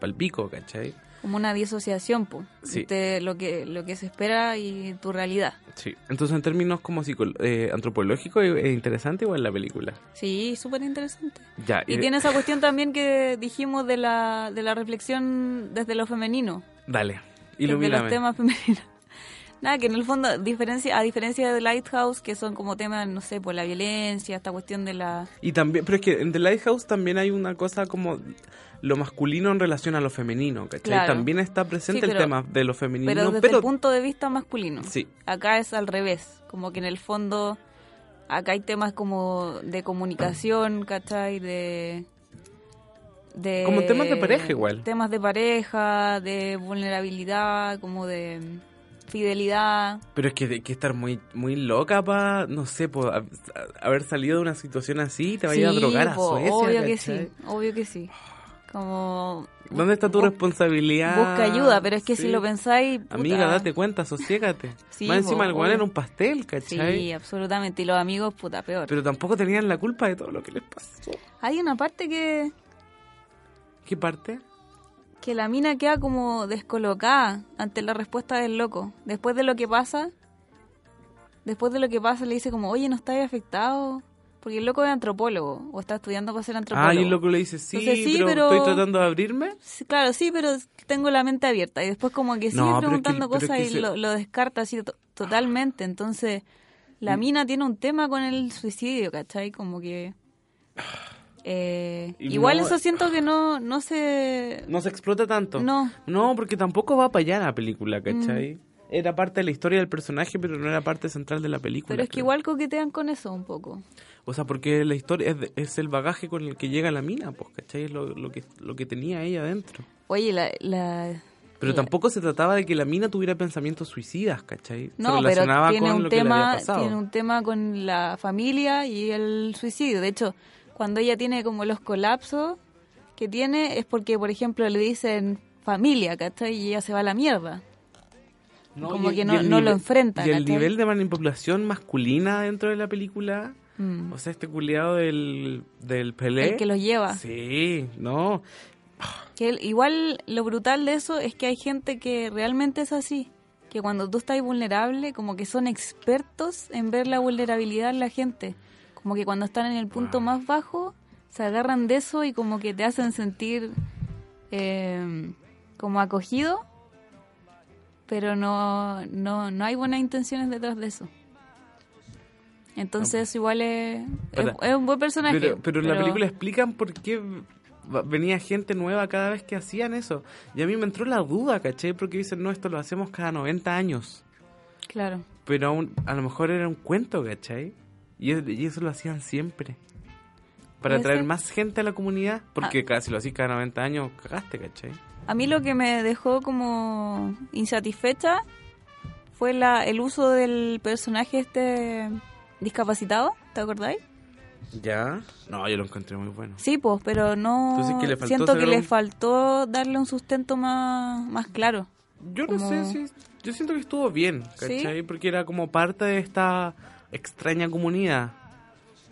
[SPEAKER 4] Palpico, ¿cachai?
[SPEAKER 5] como una disociación po,
[SPEAKER 4] Sí.
[SPEAKER 5] entre lo que lo que se espera y tu realidad
[SPEAKER 4] Sí. Entonces en términos como psicol- eh, antropológico es es interesante igual la película.
[SPEAKER 5] sí súper interesante
[SPEAKER 4] Ya, eh,
[SPEAKER 5] y
[SPEAKER 4] Ah, y-
[SPEAKER 5] tiene esa cuestión también que dijimos de la, de la reflexión desde lo femenino
[SPEAKER 4] Dale,
[SPEAKER 5] desde los
[SPEAKER 4] ilumíname.
[SPEAKER 5] temas femeninos [LAUGHS] nada que en el fondo diferencia a diferencia de Lighthouse que son como temas no sé por la violencia esta cuestión de la
[SPEAKER 4] Y también, pero es que en The Lighthouse también hay una cosa como lo masculino en relación a lo femenino, ¿cachai?
[SPEAKER 5] Claro.
[SPEAKER 4] También está presente
[SPEAKER 5] Sí,
[SPEAKER 4] el
[SPEAKER 5] pero-
[SPEAKER 4] tema de lo femenino,
[SPEAKER 5] pero desde
[SPEAKER 4] pero-
[SPEAKER 5] el punto de vista masculino
[SPEAKER 4] Sí.
[SPEAKER 5] acá es al revés como que en el fondo acá hay temas como de comunicación ¿cachai? de de
[SPEAKER 4] Como en temas de pareja igual.
[SPEAKER 5] Temas de pareja, de vulnerabilidad, como de mm, fidelidad.
[SPEAKER 4] Pero es que hay que estar muy, muy loca para, no sé, po, a- a- haber salido de una situación así y te vayas a
[SPEAKER 5] Sí,
[SPEAKER 4] drogar
[SPEAKER 5] po,
[SPEAKER 4] a Suecia.
[SPEAKER 5] Obvio que
[SPEAKER 4] ¿cachai?
[SPEAKER 5] sí, obvio que sí. Como
[SPEAKER 4] ¿Dónde está tu responsabilidad?
[SPEAKER 5] busca ayuda, pero es que si lo pensáis, puta,
[SPEAKER 4] Amiga, date cuenta, sosiégate.
[SPEAKER 5] Sí,
[SPEAKER 4] Más
[SPEAKER 5] po,
[SPEAKER 4] encima el guan
[SPEAKER 5] obvio.
[SPEAKER 4] era un pastel, ¿cachai?
[SPEAKER 5] Sí, absolutamente. Y los amigos, puta, peor.
[SPEAKER 4] Pero tampoco tenían la culpa de todo lo que les pasó.
[SPEAKER 5] Hay una parte que,
[SPEAKER 4] ¿Qué parte?
[SPEAKER 5] que la mina queda como descolocada ante la respuesta del loco. Después de lo que pasa, después de lo que pasa le dice como, oye, ¿no estás afectado? Porque el loco es antropólogo, o está estudiando para ser antropólogo.
[SPEAKER 4] Ah, y el loco le dice, sí,
[SPEAKER 5] Entonces,
[SPEAKER 4] pero, estoy tratando de abrirme.
[SPEAKER 5] Sí, Claro, sí, pero tengo la mente abierta. Y después como que sigue
[SPEAKER 4] No, pero es que-
[SPEAKER 5] preguntando
[SPEAKER 4] pero es
[SPEAKER 5] cosas
[SPEAKER 4] que
[SPEAKER 5] y
[SPEAKER 4] se-
[SPEAKER 5] lo, lo descarta así to- totalmente. Entonces, la
[SPEAKER 4] Mm.
[SPEAKER 5] mina tiene un tema con el suicidio, ¿cachai? Como
[SPEAKER 4] [SIGHS]
[SPEAKER 5] que... eh,
[SPEAKER 4] Y
[SPEAKER 5] igual
[SPEAKER 4] no-
[SPEAKER 5] eso siento que no, no se...
[SPEAKER 4] No se explota tanto.
[SPEAKER 5] No. Mm.
[SPEAKER 4] No, porque tampoco va para allá la película, ¿cachai? Era parte de la historia del personaje, pero no era parte central de la película.
[SPEAKER 5] Pero es que
[SPEAKER 4] creo.
[SPEAKER 5] igual coquetean con eso un poco.
[SPEAKER 4] O sea, porque la historia es, de- es el bagaje con el que llega la mina, pues, ¿cachai? Es lo, lo que, lo que tenía ella adentro.
[SPEAKER 5] Oye, la... la- eh,
[SPEAKER 4] Pero tampoco se trataba de que la mina tuviera pensamientos suicidas, ¿cachai? se
[SPEAKER 5] No, pero
[SPEAKER 4] relacionaba
[SPEAKER 5] tiene
[SPEAKER 4] con
[SPEAKER 5] un,
[SPEAKER 4] lo que le había
[SPEAKER 5] tema,
[SPEAKER 4] pasado.
[SPEAKER 5] tiene un tema con la familia y el suicidio. De hecho, cuando ella tiene como los colapsos que tiene es porque, por ejemplo, le dicen familia, ¿cachai? Y ella se va a la mierda. como
[SPEAKER 4] y-
[SPEAKER 5] que
[SPEAKER 4] y
[SPEAKER 5] no,
[SPEAKER 4] el
[SPEAKER 5] no lo
[SPEAKER 4] nivel-
[SPEAKER 5] enfrenta,
[SPEAKER 4] Y el
[SPEAKER 5] ¿cachai?
[SPEAKER 4] nivel de manipulación masculina dentro de la película.
[SPEAKER 5] Mm.
[SPEAKER 4] O sea, este culiado del, del Pelé.
[SPEAKER 5] El que los lleva.
[SPEAKER 4] Sí, no.
[SPEAKER 5] Que el- igual lo brutal de eso es que hay gente que realmente es así. Que cuando tú estás vulnerable, como que son expertos en ver la vulnerabilidad en la gente. Como que cuando están en el punto más bajo, se agarran de eso y como que te hacen sentir eh, como acogido. Pero no, no, no hay buenas intenciones detrás de eso. Entonces eso igual es, es,
[SPEAKER 4] Para.
[SPEAKER 5] es un buen personaje.
[SPEAKER 4] Pero, pero en la película explican por qué va- venía gente nueva cada vez que hacían eso. Y a mí me entró la duda, ¿cachai? Porque dicen, no, esto lo hacemos cada 90 años.
[SPEAKER 5] Claro.
[SPEAKER 4] Pero aún- a lo mejor era un cuento, ¿cachai? Y, es- y eso lo hacían siempre.
[SPEAKER 5] Puede
[SPEAKER 4] Para atraer
[SPEAKER 5] ser. Ah.
[SPEAKER 4] más gente a la comunidad. Porque casi lo hacís cada 90 años, cagaste, ¿cachai?
[SPEAKER 5] A mí lo que me dejó como insatisfecha fue la, el uso del personaje este discapacitado, ¿te acordáis?
[SPEAKER 4] Ya. No, yo lo encontré muy bueno.
[SPEAKER 5] Sí, pues, pero no
[SPEAKER 4] Entonces, ¿qué le faltó?
[SPEAKER 5] siento que
[SPEAKER 4] ¿Sacaron?
[SPEAKER 5] le faltó darle un sustento más, más claro.
[SPEAKER 4] Yo no sé si. Yo siento que estuvo bien, ¿cachai? Porque era como parte de esta extraña comunidad.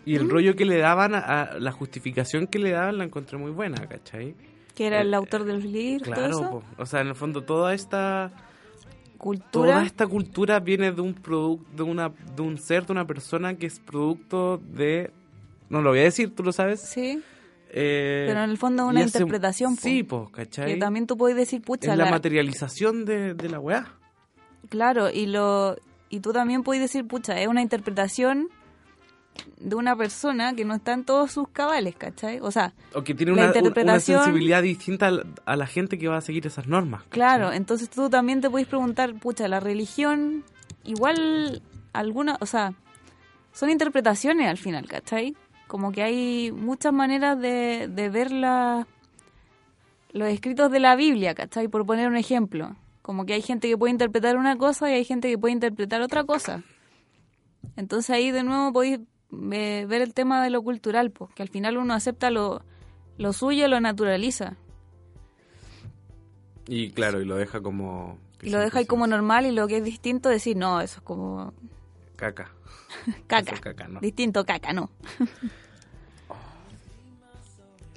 [SPEAKER 4] Y
[SPEAKER 5] Mm.
[SPEAKER 4] el rollo que le daban, a, a- la justificación que le daban, la encontré muy buena, ¿cachai?
[SPEAKER 5] Que era el
[SPEAKER 4] Eh,
[SPEAKER 5] autor de los libros, todo
[SPEAKER 4] Claro,
[SPEAKER 5] eso.
[SPEAKER 4] po. o sea, en el fondo toda esta
[SPEAKER 5] Cultura.
[SPEAKER 4] toda esta cultura viene de un producto, de una, de un ser, de una persona que es producto de, no lo voy a decir, tú lo sabes.
[SPEAKER 5] Sí.
[SPEAKER 4] Eh,
[SPEAKER 5] Pero en el fondo es
[SPEAKER 4] y
[SPEAKER 5] una
[SPEAKER 4] hace-
[SPEAKER 5] interpretación, po.
[SPEAKER 4] Sí, pues, ¿cachai?
[SPEAKER 5] Que también tú podés decir, pucha,
[SPEAKER 4] es la,
[SPEAKER 5] la-
[SPEAKER 4] materialización de, de la weá.
[SPEAKER 5] Claro, y lo y tú también puedes decir, pucha, es una interpretación de una persona que no está en todos sus cabales, ¿cachai? O sea,
[SPEAKER 4] O que tiene
[SPEAKER 5] La
[SPEAKER 4] una, una- una
[SPEAKER 5] interpretación-
[SPEAKER 4] sensibilidad distinta a la, a la gente que va a seguir esas normas.
[SPEAKER 5] Claro, entonces tú también te puedes preguntar, pucha, la religión, igual alguna, o sea, son interpretaciones al final, ¿cachai? Como que hay muchas maneras de, de ver la- los escritos de la Biblia, ¿cachai? Por poner un ejemplo. Como que hay gente que puede interpretar una cosa y hay gente que puede interpretar otra cosa. Entonces ahí de nuevo podéis eh, ver el tema de lo cultural, porque al final uno acepta lo, lo suyo, lo naturaliza.
[SPEAKER 4] Y claro, y lo deja como
[SPEAKER 5] y lo deja ahí como normal y lo que es distinto decir no eso es como
[SPEAKER 4] caca.
[SPEAKER 5] caca,
[SPEAKER 4] caca, ¿no?
[SPEAKER 5] distinto caca no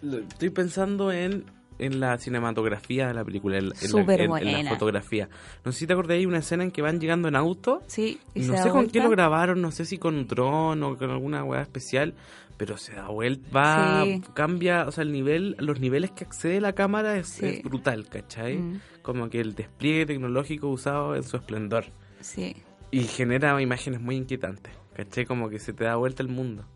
[SPEAKER 4] Lo- Estoy pensando en, en la cinematografía de la película, en, la- en la,
[SPEAKER 5] Súper
[SPEAKER 4] en- en la
[SPEAKER 5] buena.
[SPEAKER 4] fotografía. No sé si te acordás, hay una escena en que van llegando en auto.
[SPEAKER 5] Sí, y se
[SPEAKER 4] No
[SPEAKER 5] da
[SPEAKER 4] sé con qué
[SPEAKER 5] vuelta.
[SPEAKER 4] lo grabaron, no sé si con un dron o con alguna weá especial, pero se da vuelta, va,
[SPEAKER 5] Sí.
[SPEAKER 4] cambia, o sea, el nivel, los niveles que accede la cámara es, es brutal, ¿cachai?
[SPEAKER 5] Mm.
[SPEAKER 4] Como que el despliegue tecnológico usado en su esplendor.
[SPEAKER 5] sí
[SPEAKER 4] Y genera imágenes muy inquietantes, ¿cachai? Como que se te da vuelta el mundo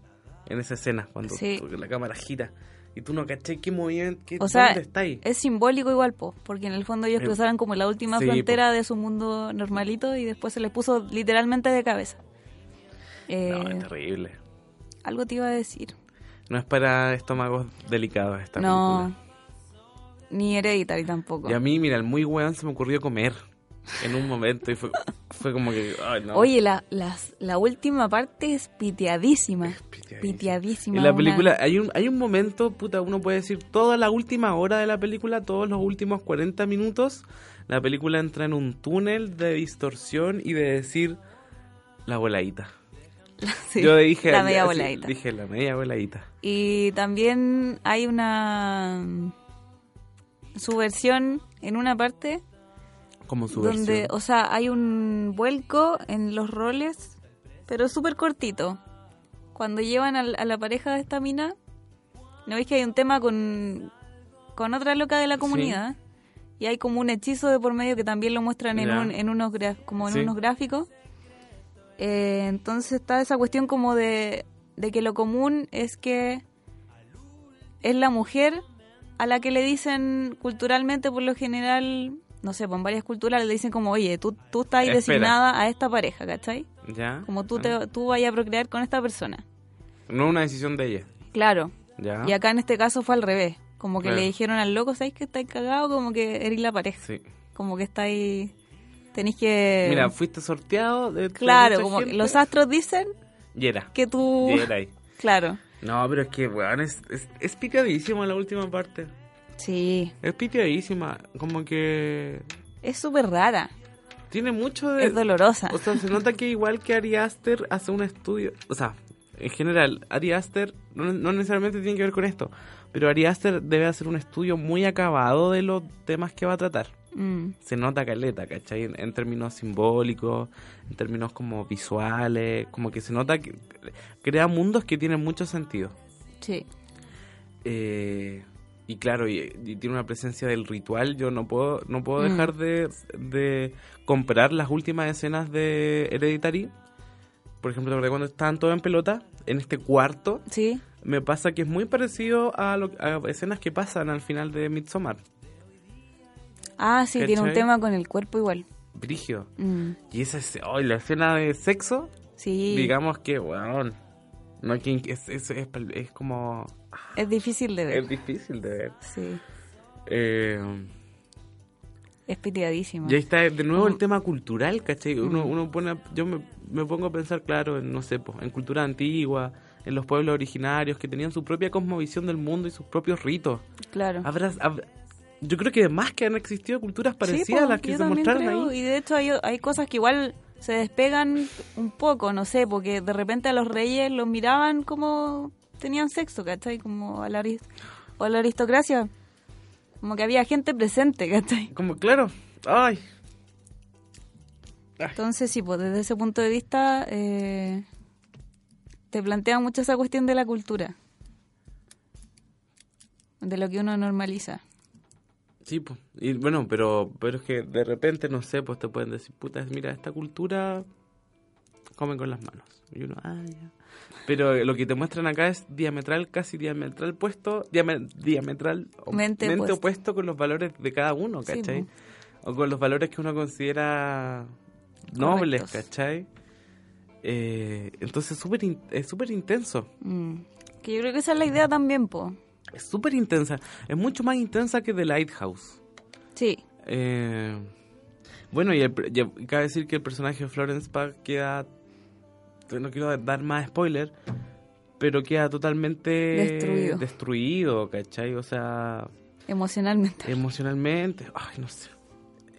[SPEAKER 4] en esa escena, cuando
[SPEAKER 5] Sí.
[SPEAKER 4] tú- la cámara gira. Y tú no cachai qué movimiento, qué,
[SPEAKER 5] o sea
[SPEAKER 4] dónde está ahí.
[SPEAKER 5] es simbólico igual po porque en el fondo ellos
[SPEAKER 4] Eh,
[SPEAKER 5] cruzaron como la última
[SPEAKER 4] sí,
[SPEAKER 5] frontera de su mundo normalito y después se les puso literalmente de cabeza Eh,
[SPEAKER 4] No, es terrible.
[SPEAKER 5] algo te iba a decir
[SPEAKER 4] No es para estómagos delicados esta
[SPEAKER 5] no ni Hereditary tampoco.
[SPEAKER 4] Y a mí, mira, el muy weón se me ocurrió comer en un momento y fue, fue como que. Ay, no.
[SPEAKER 5] Oye, la, las- la última parte es piteadísima. piteadísima.
[SPEAKER 4] En la
[SPEAKER 5] una-
[SPEAKER 4] película hay un, hay un momento, puta, uno puede decir toda la última hora de la película, todos los últimos 40 minutos, la película entra en un túnel de distorsión y de decir la voladita.
[SPEAKER 5] [LAUGHS] sí,
[SPEAKER 4] Yo dije
[SPEAKER 5] la media
[SPEAKER 4] así,
[SPEAKER 5] voladita.
[SPEAKER 4] Dije la media voladita.
[SPEAKER 5] Y también hay una su versión en una parte
[SPEAKER 4] Como su
[SPEAKER 5] donde,
[SPEAKER 4] versión.
[SPEAKER 5] o sea, hay un vuelco en los roles, pero súper cortito. Cuando llevan al- a, la pareja de esta mina, ¿no veis que hay un tema con, con otra loca de la comunidad? Y hay como un hechizo de por medio que también lo muestran en,
[SPEAKER 15] Ya.
[SPEAKER 5] un- en unos gra- como en
[SPEAKER 15] Sí.
[SPEAKER 5] unos gráficos. Eh, entonces está esa cuestión como de, de que lo común es que es la mujer a la que le dicen culturalmente por lo general, no sé, pues en varias culturas le dicen como, oye, tú, tú estás
[SPEAKER 4] Espera.
[SPEAKER 5] designada a esta pareja, ¿cachai?
[SPEAKER 4] ¿Ya? Ah.
[SPEAKER 5] Como tú, te, tú vayas a procrear con esta persona.
[SPEAKER 4] No es una decisión de ella.
[SPEAKER 5] Claro.
[SPEAKER 4] ¿Ya?
[SPEAKER 5] Y acá en este caso fue al revés. Como que
[SPEAKER 4] ¿Ah? Claro.
[SPEAKER 5] le dijeron al loco, ¿sabes que estáis cagado? Como que eres la pareja. Como que estáis... Tenéis que...
[SPEAKER 4] Mira, fuiste sorteado de. de
[SPEAKER 5] claro,
[SPEAKER 4] mucha
[SPEAKER 5] como
[SPEAKER 4] gente.
[SPEAKER 5] los astros dicen
[SPEAKER 4] Y era.
[SPEAKER 5] que tú...
[SPEAKER 4] Y era ahí.
[SPEAKER 5] [LAUGHS] Claro.
[SPEAKER 4] No, pero es que, weón, es, es, es picadísima la última parte.
[SPEAKER 5] Sí.
[SPEAKER 4] Es picadísima. Como que.
[SPEAKER 5] Es súper rara.
[SPEAKER 4] Tiene mucho de.
[SPEAKER 5] Es dolorosa.
[SPEAKER 4] Eh, O sea, se nota que igual que Ari Aster hace un estudio. O sea, en general, Ari Aster no, no necesariamente tiene que ver con esto. Pero Ari Aster debe hacer un estudio muy acabado de los temas que va a tratar.
[SPEAKER 5] Mm.
[SPEAKER 4] Se nota caleta, ¿cachai? En, en términos simbólicos, en términos como visuales, como que se nota que crea mundos que tienen mucho sentido.
[SPEAKER 5] Sí.
[SPEAKER 4] Eh, y claro, y, y tiene una presencia del ritual. Yo no puedo, no puedo
[SPEAKER 5] Mm.
[SPEAKER 4] dejar de, de comparar las últimas escenas de Hereditary. Por ejemplo, ¿te acordás cuando estaban todos en pelota, en este cuarto.
[SPEAKER 5] Sí.
[SPEAKER 4] Me pasa que es muy parecido a, lo- a escenas que pasan al final de Midsommar.
[SPEAKER 5] Ah, sí, tiene un
[SPEAKER 4] ¿Cachai?
[SPEAKER 5] tema con el cuerpo igual.
[SPEAKER 4] Brigio.
[SPEAKER 5] Mm.
[SPEAKER 4] Y esa es, oh, y la escena de sexo,
[SPEAKER 5] Sí.
[SPEAKER 4] digamos que, weón. No, que- es, es, es, es como.
[SPEAKER 5] Es difícil de ver.
[SPEAKER 4] Es difícil de ver.
[SPEAKER 5] Sí.
[SPEAKER 4] Eh,
[SPEAKER 5] Es piteadísima.
[SPEAKER 4] Y ahí está de nuevo el
[SPEAKER 5] Mm.
[SPEAKER 4] tema cultural, ¿cachai? Uno,
[SPEAKER 5] Mm.
[SPEAKER 4] uno pone, yo me, me pongo a pensar, claro, en, no sé, po, en cultura antigua, en los pueblos originarios que tenían su propia cosmovisión del mundo y sus propios ritos.
[SPEAKER 5] Claro.
[SPEAKER 4] Habrás- hab- yo creo que más que han existido culturas parecidas
[SPEAKER 5] Ah. Sí, po,
[SPEAKER 4] a las que
[SPEAKER 5] yo
[SPEAKER 4] se
[SPEAKER 5] también
[SPEAKER 4] mostraron
[SPEAKER 5] creo,
[SPEAKER 4] ahí.
[SPEAKER 5] Y de hecho hay, hay cosas que igual se despegan un poco, no sé, porque de repente a los reyes los miraban como tenían sexo, ¿cachai? Como a la, aris- o a la aristocracia. Como que había gente presente, ¿cachai?
[SPEAKER 4] Como, claro. Ay.
[SPEAKER 5] Entonces, sí, pues desde ese punto de vista eh, te plantea mucho esa cuestión de la cultura. De lo que uno normaliza.
[SPEAKER 4] Sí, po. Y bueno, pero, pero es que de repente, no sé, pues te pueden decir, puta, mira, esta cultura comen con las manos. Y uno, ah, ya. Pero eh, lo que te muestran acá es diametral, casi diametral puesto, diame- diametral o-
[SPEAKER 5] Mente opuesta.
[SPEAKER 4] opuesto con los valores de cada uno,
[SPEAKER 5] Sí,
[SPEAKER 4] ¿cachai? o con los valores que uno considera nobles, ¿cachai? Eh, entonces súper in- es súper intenso.
[SPEAKER 5] Mm. Que yo creo que esa es la idea también, po.
[SPEAKER 4] Es súper intensa. Es mucho más intensa que The Lighthouse.
[SPEAKER 5] Sí.
[SPEAKER 4] Eh, bueno, y, el per- y cabe decir que el personaje de Florence Pugh queda. No quiero dar más spoiler, pero queda totalmente.
[SPEAKER 5] Destruido.
[SPEAKER 4] destruido, ¿cachai? O sea,
[SPEAKER 5] Emocionalmente.
[SPEAKER 4] emocionalmente. Ay, no sé.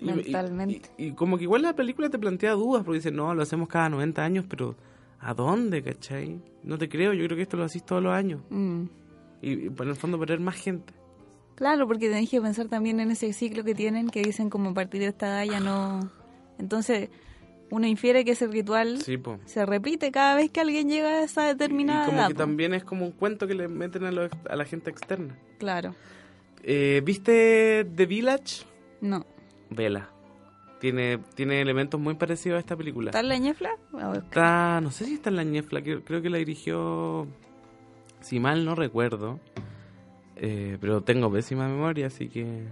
[SPEAKER 4] Y- y-
[SPEAKER 5] Mentalmente.
[SPEAKER 4] Y, como que igual la película te plantea dudas, porque dice, no, lo hacemos cada 90 años, pero ¿a dónde, cachai? No te creo, yo creo que esto lo haces todos los años.
[SPEAKER 5] Mm.
[SPEAKER 4] Y, y por el fondo, perder más gente.
[SPEAKER 5] Claro, porque tenés que pensar también en ese ciclo que tienen, que dicen como a partir de esta edad ya no... Entonces, uno infiere que ese ritual
[SPEAKER 4] Sí, po.
[SPEAKER 5] se repite cada vez que alguien llega a esa determinada
[SPEAKER 4] Y como
[SPEAKER 5] edad.
[SPEAKER 4] que
[SPEAKER 5] po.
[SPEAKER 4] también es como un cuento que le meten a, los- a la gente externa.
[SPEAKER 5] Claro,
[SPEAKER 4] Eh, ¿Viste The Village?
[SPEAKER 5] no.
[SPEAKER 4] Vela. Tiene, tiene elementos muy parecidos a esta película.
[SPEAKER 5] ¿Está en la ñefla? A ver.
[SPEAKER 4] Está- no sé si está en la ñefla, que- creo que la dirigió, si mal no recuerdo, eh, pero tengo pésima memoria, así que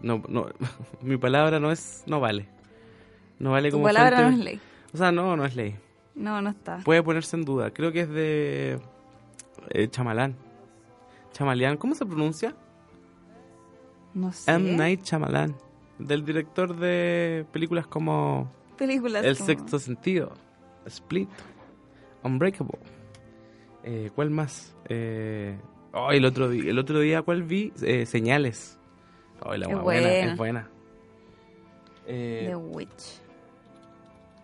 [SPEAKER 4] no, no, [LAUGHS] mi palabra no es, no vale. No vale
[SPEAKER 5] Tu
[SPEAKER 4] como
[SPEAKER 5] palabra
[SPEAKER 4] fuente-
[SPEAKER 5] no es ley.
[SPEAKER 4] O sea, no, no es ley.
[SPEAKER 5] No, no está.
[SPEAKER 4] Puede ponerse en duda. Creo que es de eh, Chamalán. Chamaleán, ¿cómo se pronuncia?
[SPEAKER 5] No sé.
[SPEAKER 4] M. Night Shyamalan, del director de películas como
[SPEAKER 5] Películas
[SPEAKER 4] El
[SPEAKER 5] como-
[SPEAKER 4] Sexto Sentido, Split, Unbreakable. Eh, ¿Cuál más? Eh, oh, el, otro día, el otro día, ¿cuál vi? Eh, Señales. Oh, la
[SPEAKER 5] Qué
[SPEAKER 4] wea buena,
[SPEAKER 5] buena.
[SPEAKER 4] es buena. Eh,
[SPEAKER 5] The Witch.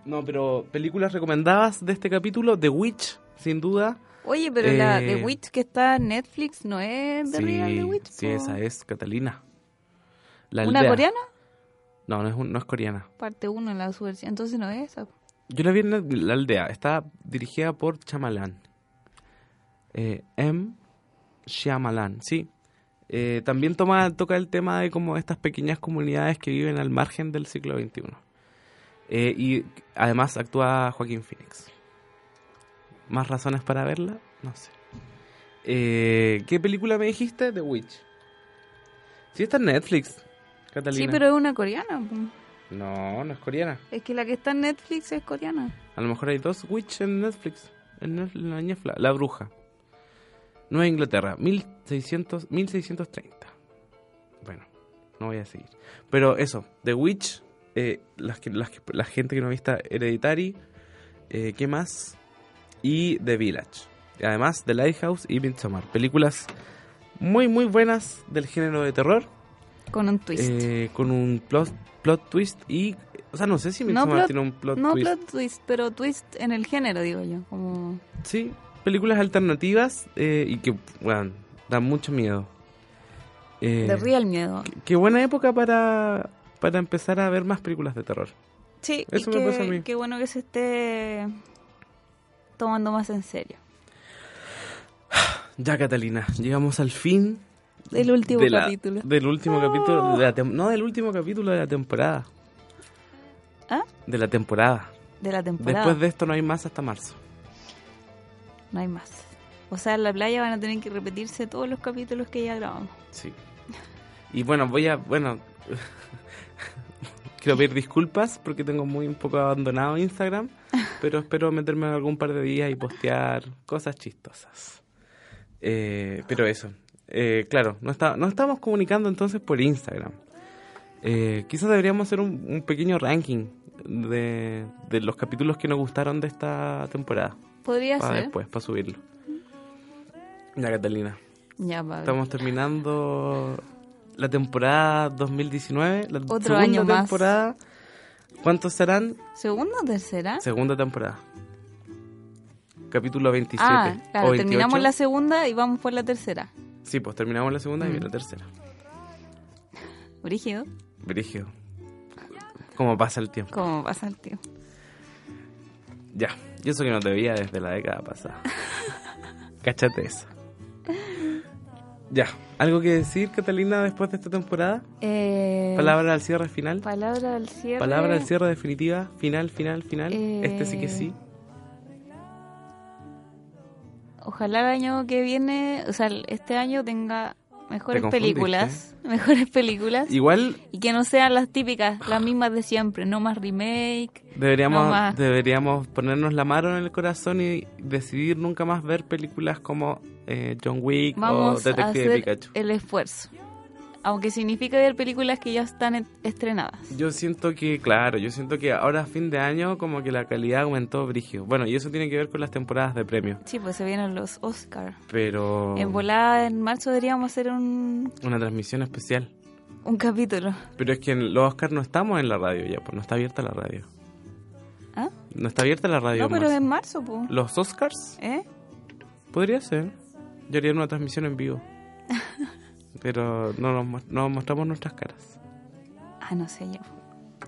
[SPEAKER 4] no, pero películas recomendadas de este capítulo, The Witch, sin duda.
[SPEAKER 5] Oye, pero la
[SPEAKER 4] Eh,
[SPEAKER 5] The Witch que está en Netflix no es The Real The Witch. Oh.
[SPEAKER 4] sí, esa es Catalina. La
[SPEAKER 5] ¿Una
[SPEAKER 4] aldea.
[SPEAKER 5] coreana?
[SPEAKER 4] No, no es, un- no es coreana.
[SPEAKER 5] Parte 1 en la subversión. Entonces no es esa.
[SPEAKER 4] Yo la vi en la, la aldea. Está dirigida por Chamalán. M. Shyamalan, sí. Eh, también toma, toca el tema de como estas pequeñas comunidades que viven al margen del siglo XXI. Eh, y además actúa Joaquín Phoenix. ¿Más razones para verla? No sé. Eh, ¿Qué película me dijiste? The Witch. Sí, está en Netflix, Catalina.
[SPEAKER 5] Sí, pero es una coreana. po.
[SPEAKER 4] No, no es coreana.
[SPEAKER 5] Es que la que está en Netflix es coreana.
[SPEAKER 4] A lo mejor hay dos Witch en Netflix. En Nef- en la ñefla. La bruja. Nueva Inglaterra, 1600, 1630. Bueno, no voy a seguir. Pero eso, The Witch, eh, las que- las que- la gente que no ha visto Hereditary, eh, ¿qué más? Y The Village. Y Además, The Lighthouse y Midsommar. Películas muy, muy buenas del género de terror.
[SPEAKER 5] Con un twist.
[SPEAKER 4] eh, con un plot, plot twist y... O sea, no sé si
[SPEAKER 5] no
[SPEAKER 4] Midsommar
[SPEAKER 5] plot,
[SPEAKER 4] tiene un plot
[SPEAKER 5] no
[SPEAKER 4] twist.
[SPEAKER 5] plot twist, pero twist en el género, digo yo. Como...
[SPEAKER 4] Sí, películas alternativas eh, y que, bueno, dan mucho miedo. Eh,
[SPEAKER 5] The Real Miedo.
[SPEAKER 4] Qué buena época para, para empezar a ver más películas de terror.
[SPEAKER 5] Sí, y
[SPEAKER 4] Eso me
[SPEAKER 5] qué-
[SPEAKER 4] pasa a mí.
[SPEAKER 5] qué bueno que se esté tomando más en serio.
[SPEAKER 4] Ya, Catalina, llegamos al fin.
[SPEAKER 5] Del último
[SPEAKER 4] de la-
[SPEAKER 5] capítulo.
[SPEAKER 4] Del último capítulo. de la tem- no, del último capítulo de la temporada.
[SPEAKER 5] ¿Ah?
[SPEAKER 4] De la temporada.
[SPEAKER 5] De la temporada.
[SPEAKER 4] Después de esto no hay más hasta marzo.
[SPEAKER 5] No hay más. O sea, en la playa van a tener que repetirse todos los capítulos que ya grabamos.
[SPEAKER 4] Sí. Y bueno, voy a. Bueno. [LAUGHS] quiero pedir disculpas porque tengo muy un poco abandonado Instagram. Pero espero meterme en algún par de días y postear cosas chistosas. Eh, pero eso. Eh, claro, no está, nos estamos comunicando entonces por Instagram. Eh, quizás deberíamos hacer un, un pequeño ranking de, de los capítulos que nos gustaron de esta temporada.
[SPEAKER 5] Podría
[SPEAKER 4] Para
[SPEAKER 5] ser.
[SPEAKER 4] Ah, después, para subirlo. Ya, Catalina.
[SPEAKER 5] Ya, Pablo.
[SPEAKER 4] Estamos terminando la temporada 2019, la
[SPEAKER 5] Otro
[SPEAKER 4] segunda
[SPEAKER 5] año más.
[SPEAKER 4] temporada. ¿Cuántos serán?
[SPEAKER 5] ¿Segunda o tercera?
[SPEAKER 4] Segunda temporada. Capítulo 27
[SPEAKER 5] ah,
[SPEAKER 4] o
[SPEAKER 5] claro,
[SPEAKER 4] 28.
[SPEAKER 5] terminamos la segunda y vamos por la tercera.
[SPEAKER 4] Sí, pues terminamos la segunda y
[SPEAKER 5] Mm.
[SPEAKER 4] viene la tercera.
[SPEAKER 5] Brígido,
[SPEAKER 4] Brígido. Cómo pasa el tiempo.
[SPEAKER 5] ¿cómo pasa el tío?
[SPEAKER 4] Ya, yo eso que no te veía desde la década
[SPEAKER 5] [LAUGHS]
[SPEAKER 4] pasada. Cáchate eso. Ya, ¿algo que decir, Catalina, después de esta temporada?
[SPEAKER 5] Eh,
[SPEAKER 4] Palabra al cierre final.
[SPEAKER 5] Palabra al cierre.
[SPEAKER 4] Palabra al cierre definitiva, final, final, final.
[SPEAKER 5] Eh,
[SPEAKER 4] Este sí que sí.
[SPEAKER 5] Ojalá el año que viene, o sea, el- este año tenga mejores
[SPEAKER 4] Te confundiste. ¿eh?
[SPEAKER 5] películas. [LAUGHS] Mejores películas.
[SPEAKER 4] Igual
[SPEAKER 5] Y que no sean las típicas, las mismas de siempre. No más remake.
[SPEAKER 4] deberíamos,
[SPEAKER 5] no más.
[SPEAKER 4] deberíamos ponernos la mano en el corazón y decidir nunca más ver películas como eh, John Wick
[SPEAKER 5] Vamos
[SPEAKER 4] o
[SPEAKER 5] a
[SPEAKER 4] Oh, Detective
[SPEAKER 5] hacer
[SPEAKER 4] Pikachu.
[SPEAKER 5] el esfuerzo. Aunque significa ver películas que ya están en- estrenadas.
[SPEAKER 4] Yo siento que, claro, yo siento que ahora a fin de año como que la calidad aumentó brígido. Bueno, y eso tiene que ver con las temporadas de premios.
[SPEAKER 5] Sí, pues se vienen los Oscar.
[SPEAKER 4] Pero
[SPEAKER 5] En volada, en marzo deberíamos hacer un,
[SPEAKER 4] una transmisión especial.
[SPEAKER 5] un capítulo.
[SPEAKER 4] Pero es que en los Oscars no estamos en la radio ya, pues no está abierta la radio.
[SPEAKER 5] ¿Ah?
[SPEAKER 4] No está abierta la radio.
[SPEAKER 5] No,
[SPEAKER 4] en
[SPEAKER 5] pero
[SPEAKER 4] marzo.
[SPEAKER 5] en marzo, pues.
[SPEAKER 4] Los Oscars
[SPEAKER 5] ¿Eh?
[SPEAKER 4] podría ser. Yo haría una transmisión en vivo. Pero no nos, mu- no mostramos nuestras caras.
[SPEAKER 5] Ah, no sé yo.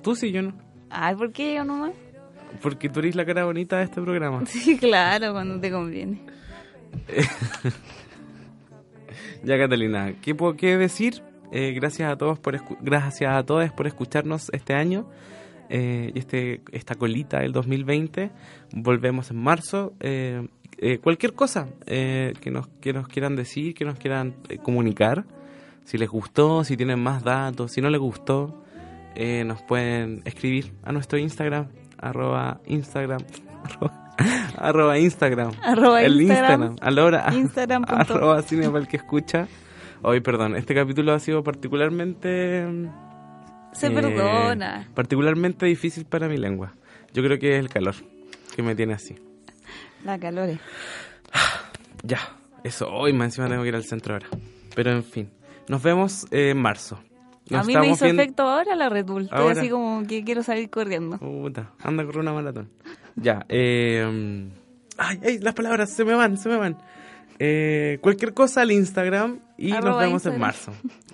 [SPEAKER 4] Tú sí, yo no.
[SPEAKER 5] Ay, ¿por qué yo nomás? [LAUGHS]
[SPEAKER 4] Porque tú eres la cara bonita de este programa.
[SPEAKER 5] Sí, claro, cuando te conviene.
[SPEAKER 4] Ya, Catalina, ¿qué puedo qué decir? Eh, gracias a todos por escu- gracias a todos por escucharnos este año eh, y este esta colita del 2020. Volvemos en marzo. Eh, eh, cualquier cosa eh, que nos que nos quieran decir, que nos quieran eh, comunicar, si les gustó, si tienen más datos, si no les gustó, eh, nos pueden escribir a nuestro Instagram arroba Instagram [LAUGHS] arroba, arroba Instagram
[SPEAKER 5] Arroba
[SPEAKER 4] el
[SPEAKER 5] Instagram.
[SPEAKER 4] Instagram, alora, [LAUGHS]
[SPEAKER 5] Instagram punto.
[SPEAKER 4] arroba cine para el que escucha Hoy, perdón, este capítulo ha sido particularmente...
[SPEAKER 5] Se
[SPEAKER 4] eh,
[SPEAKER 5] perdona.
[SPEAKER 4] Particularmente difícil para mi lengua. Yo creo que es el calor que me tiene así.
[SPEAKER 5] La calores.
[SPEAKER 4] Ya, eso. Hoy más encima tengo que ir al centro ahora. Pero en fin, nos vemos eh, en marzo.
[SPEAKER 5] A
[SPEAKER 4] Nos
[SPEAKER 5] mí me
[SPEAKER 4] estamos
[SPEAKER 5] hizo
[SPEAKER 4] viendo-
[SPEAKER 5] efecto ahora la Red Bull. Estoy
[SPEAKER 4] Ahora.
[SPEAKER 5] así como que quiero salir corriendo.
[SPEAKER 4] Puta, anda a correr una maratón. Ya, eh, ay, ay, las palabras se me van, se me van. Eh, cualquier cosa al Instagram y nos
[SPEAKER 5] Arroba
[SPEAKER 4] vemos en
[SPEAKER 5] Instagram. [LAUGHS]
[SPEAKER 4] marzo.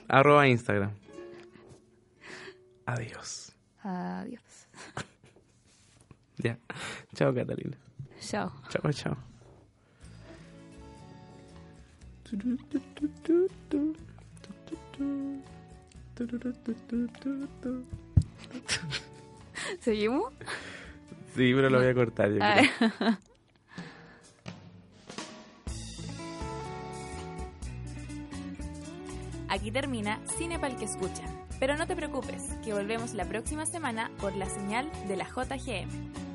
[SPEAKER 4] Arroba Instagram. Adiós.
[SPEAKER 5] Adiós.
[SPEAKER 4] Ya. Chao, Catalina.
[SPEAKER 5] Chao.
[SPEAKER 4] Chao, chao.
[SPEAKER 5] ¿Seguimos?
[SPEAKER 4] Sí, pero lo voy a cortar. Yo creo.
[SPEAKER 5] Ah.
[SPEAKER 2] Aquí termina Cinepal que escucha. Pero no te preocupes, que volvemos la próxima semana por la señal de la JGM.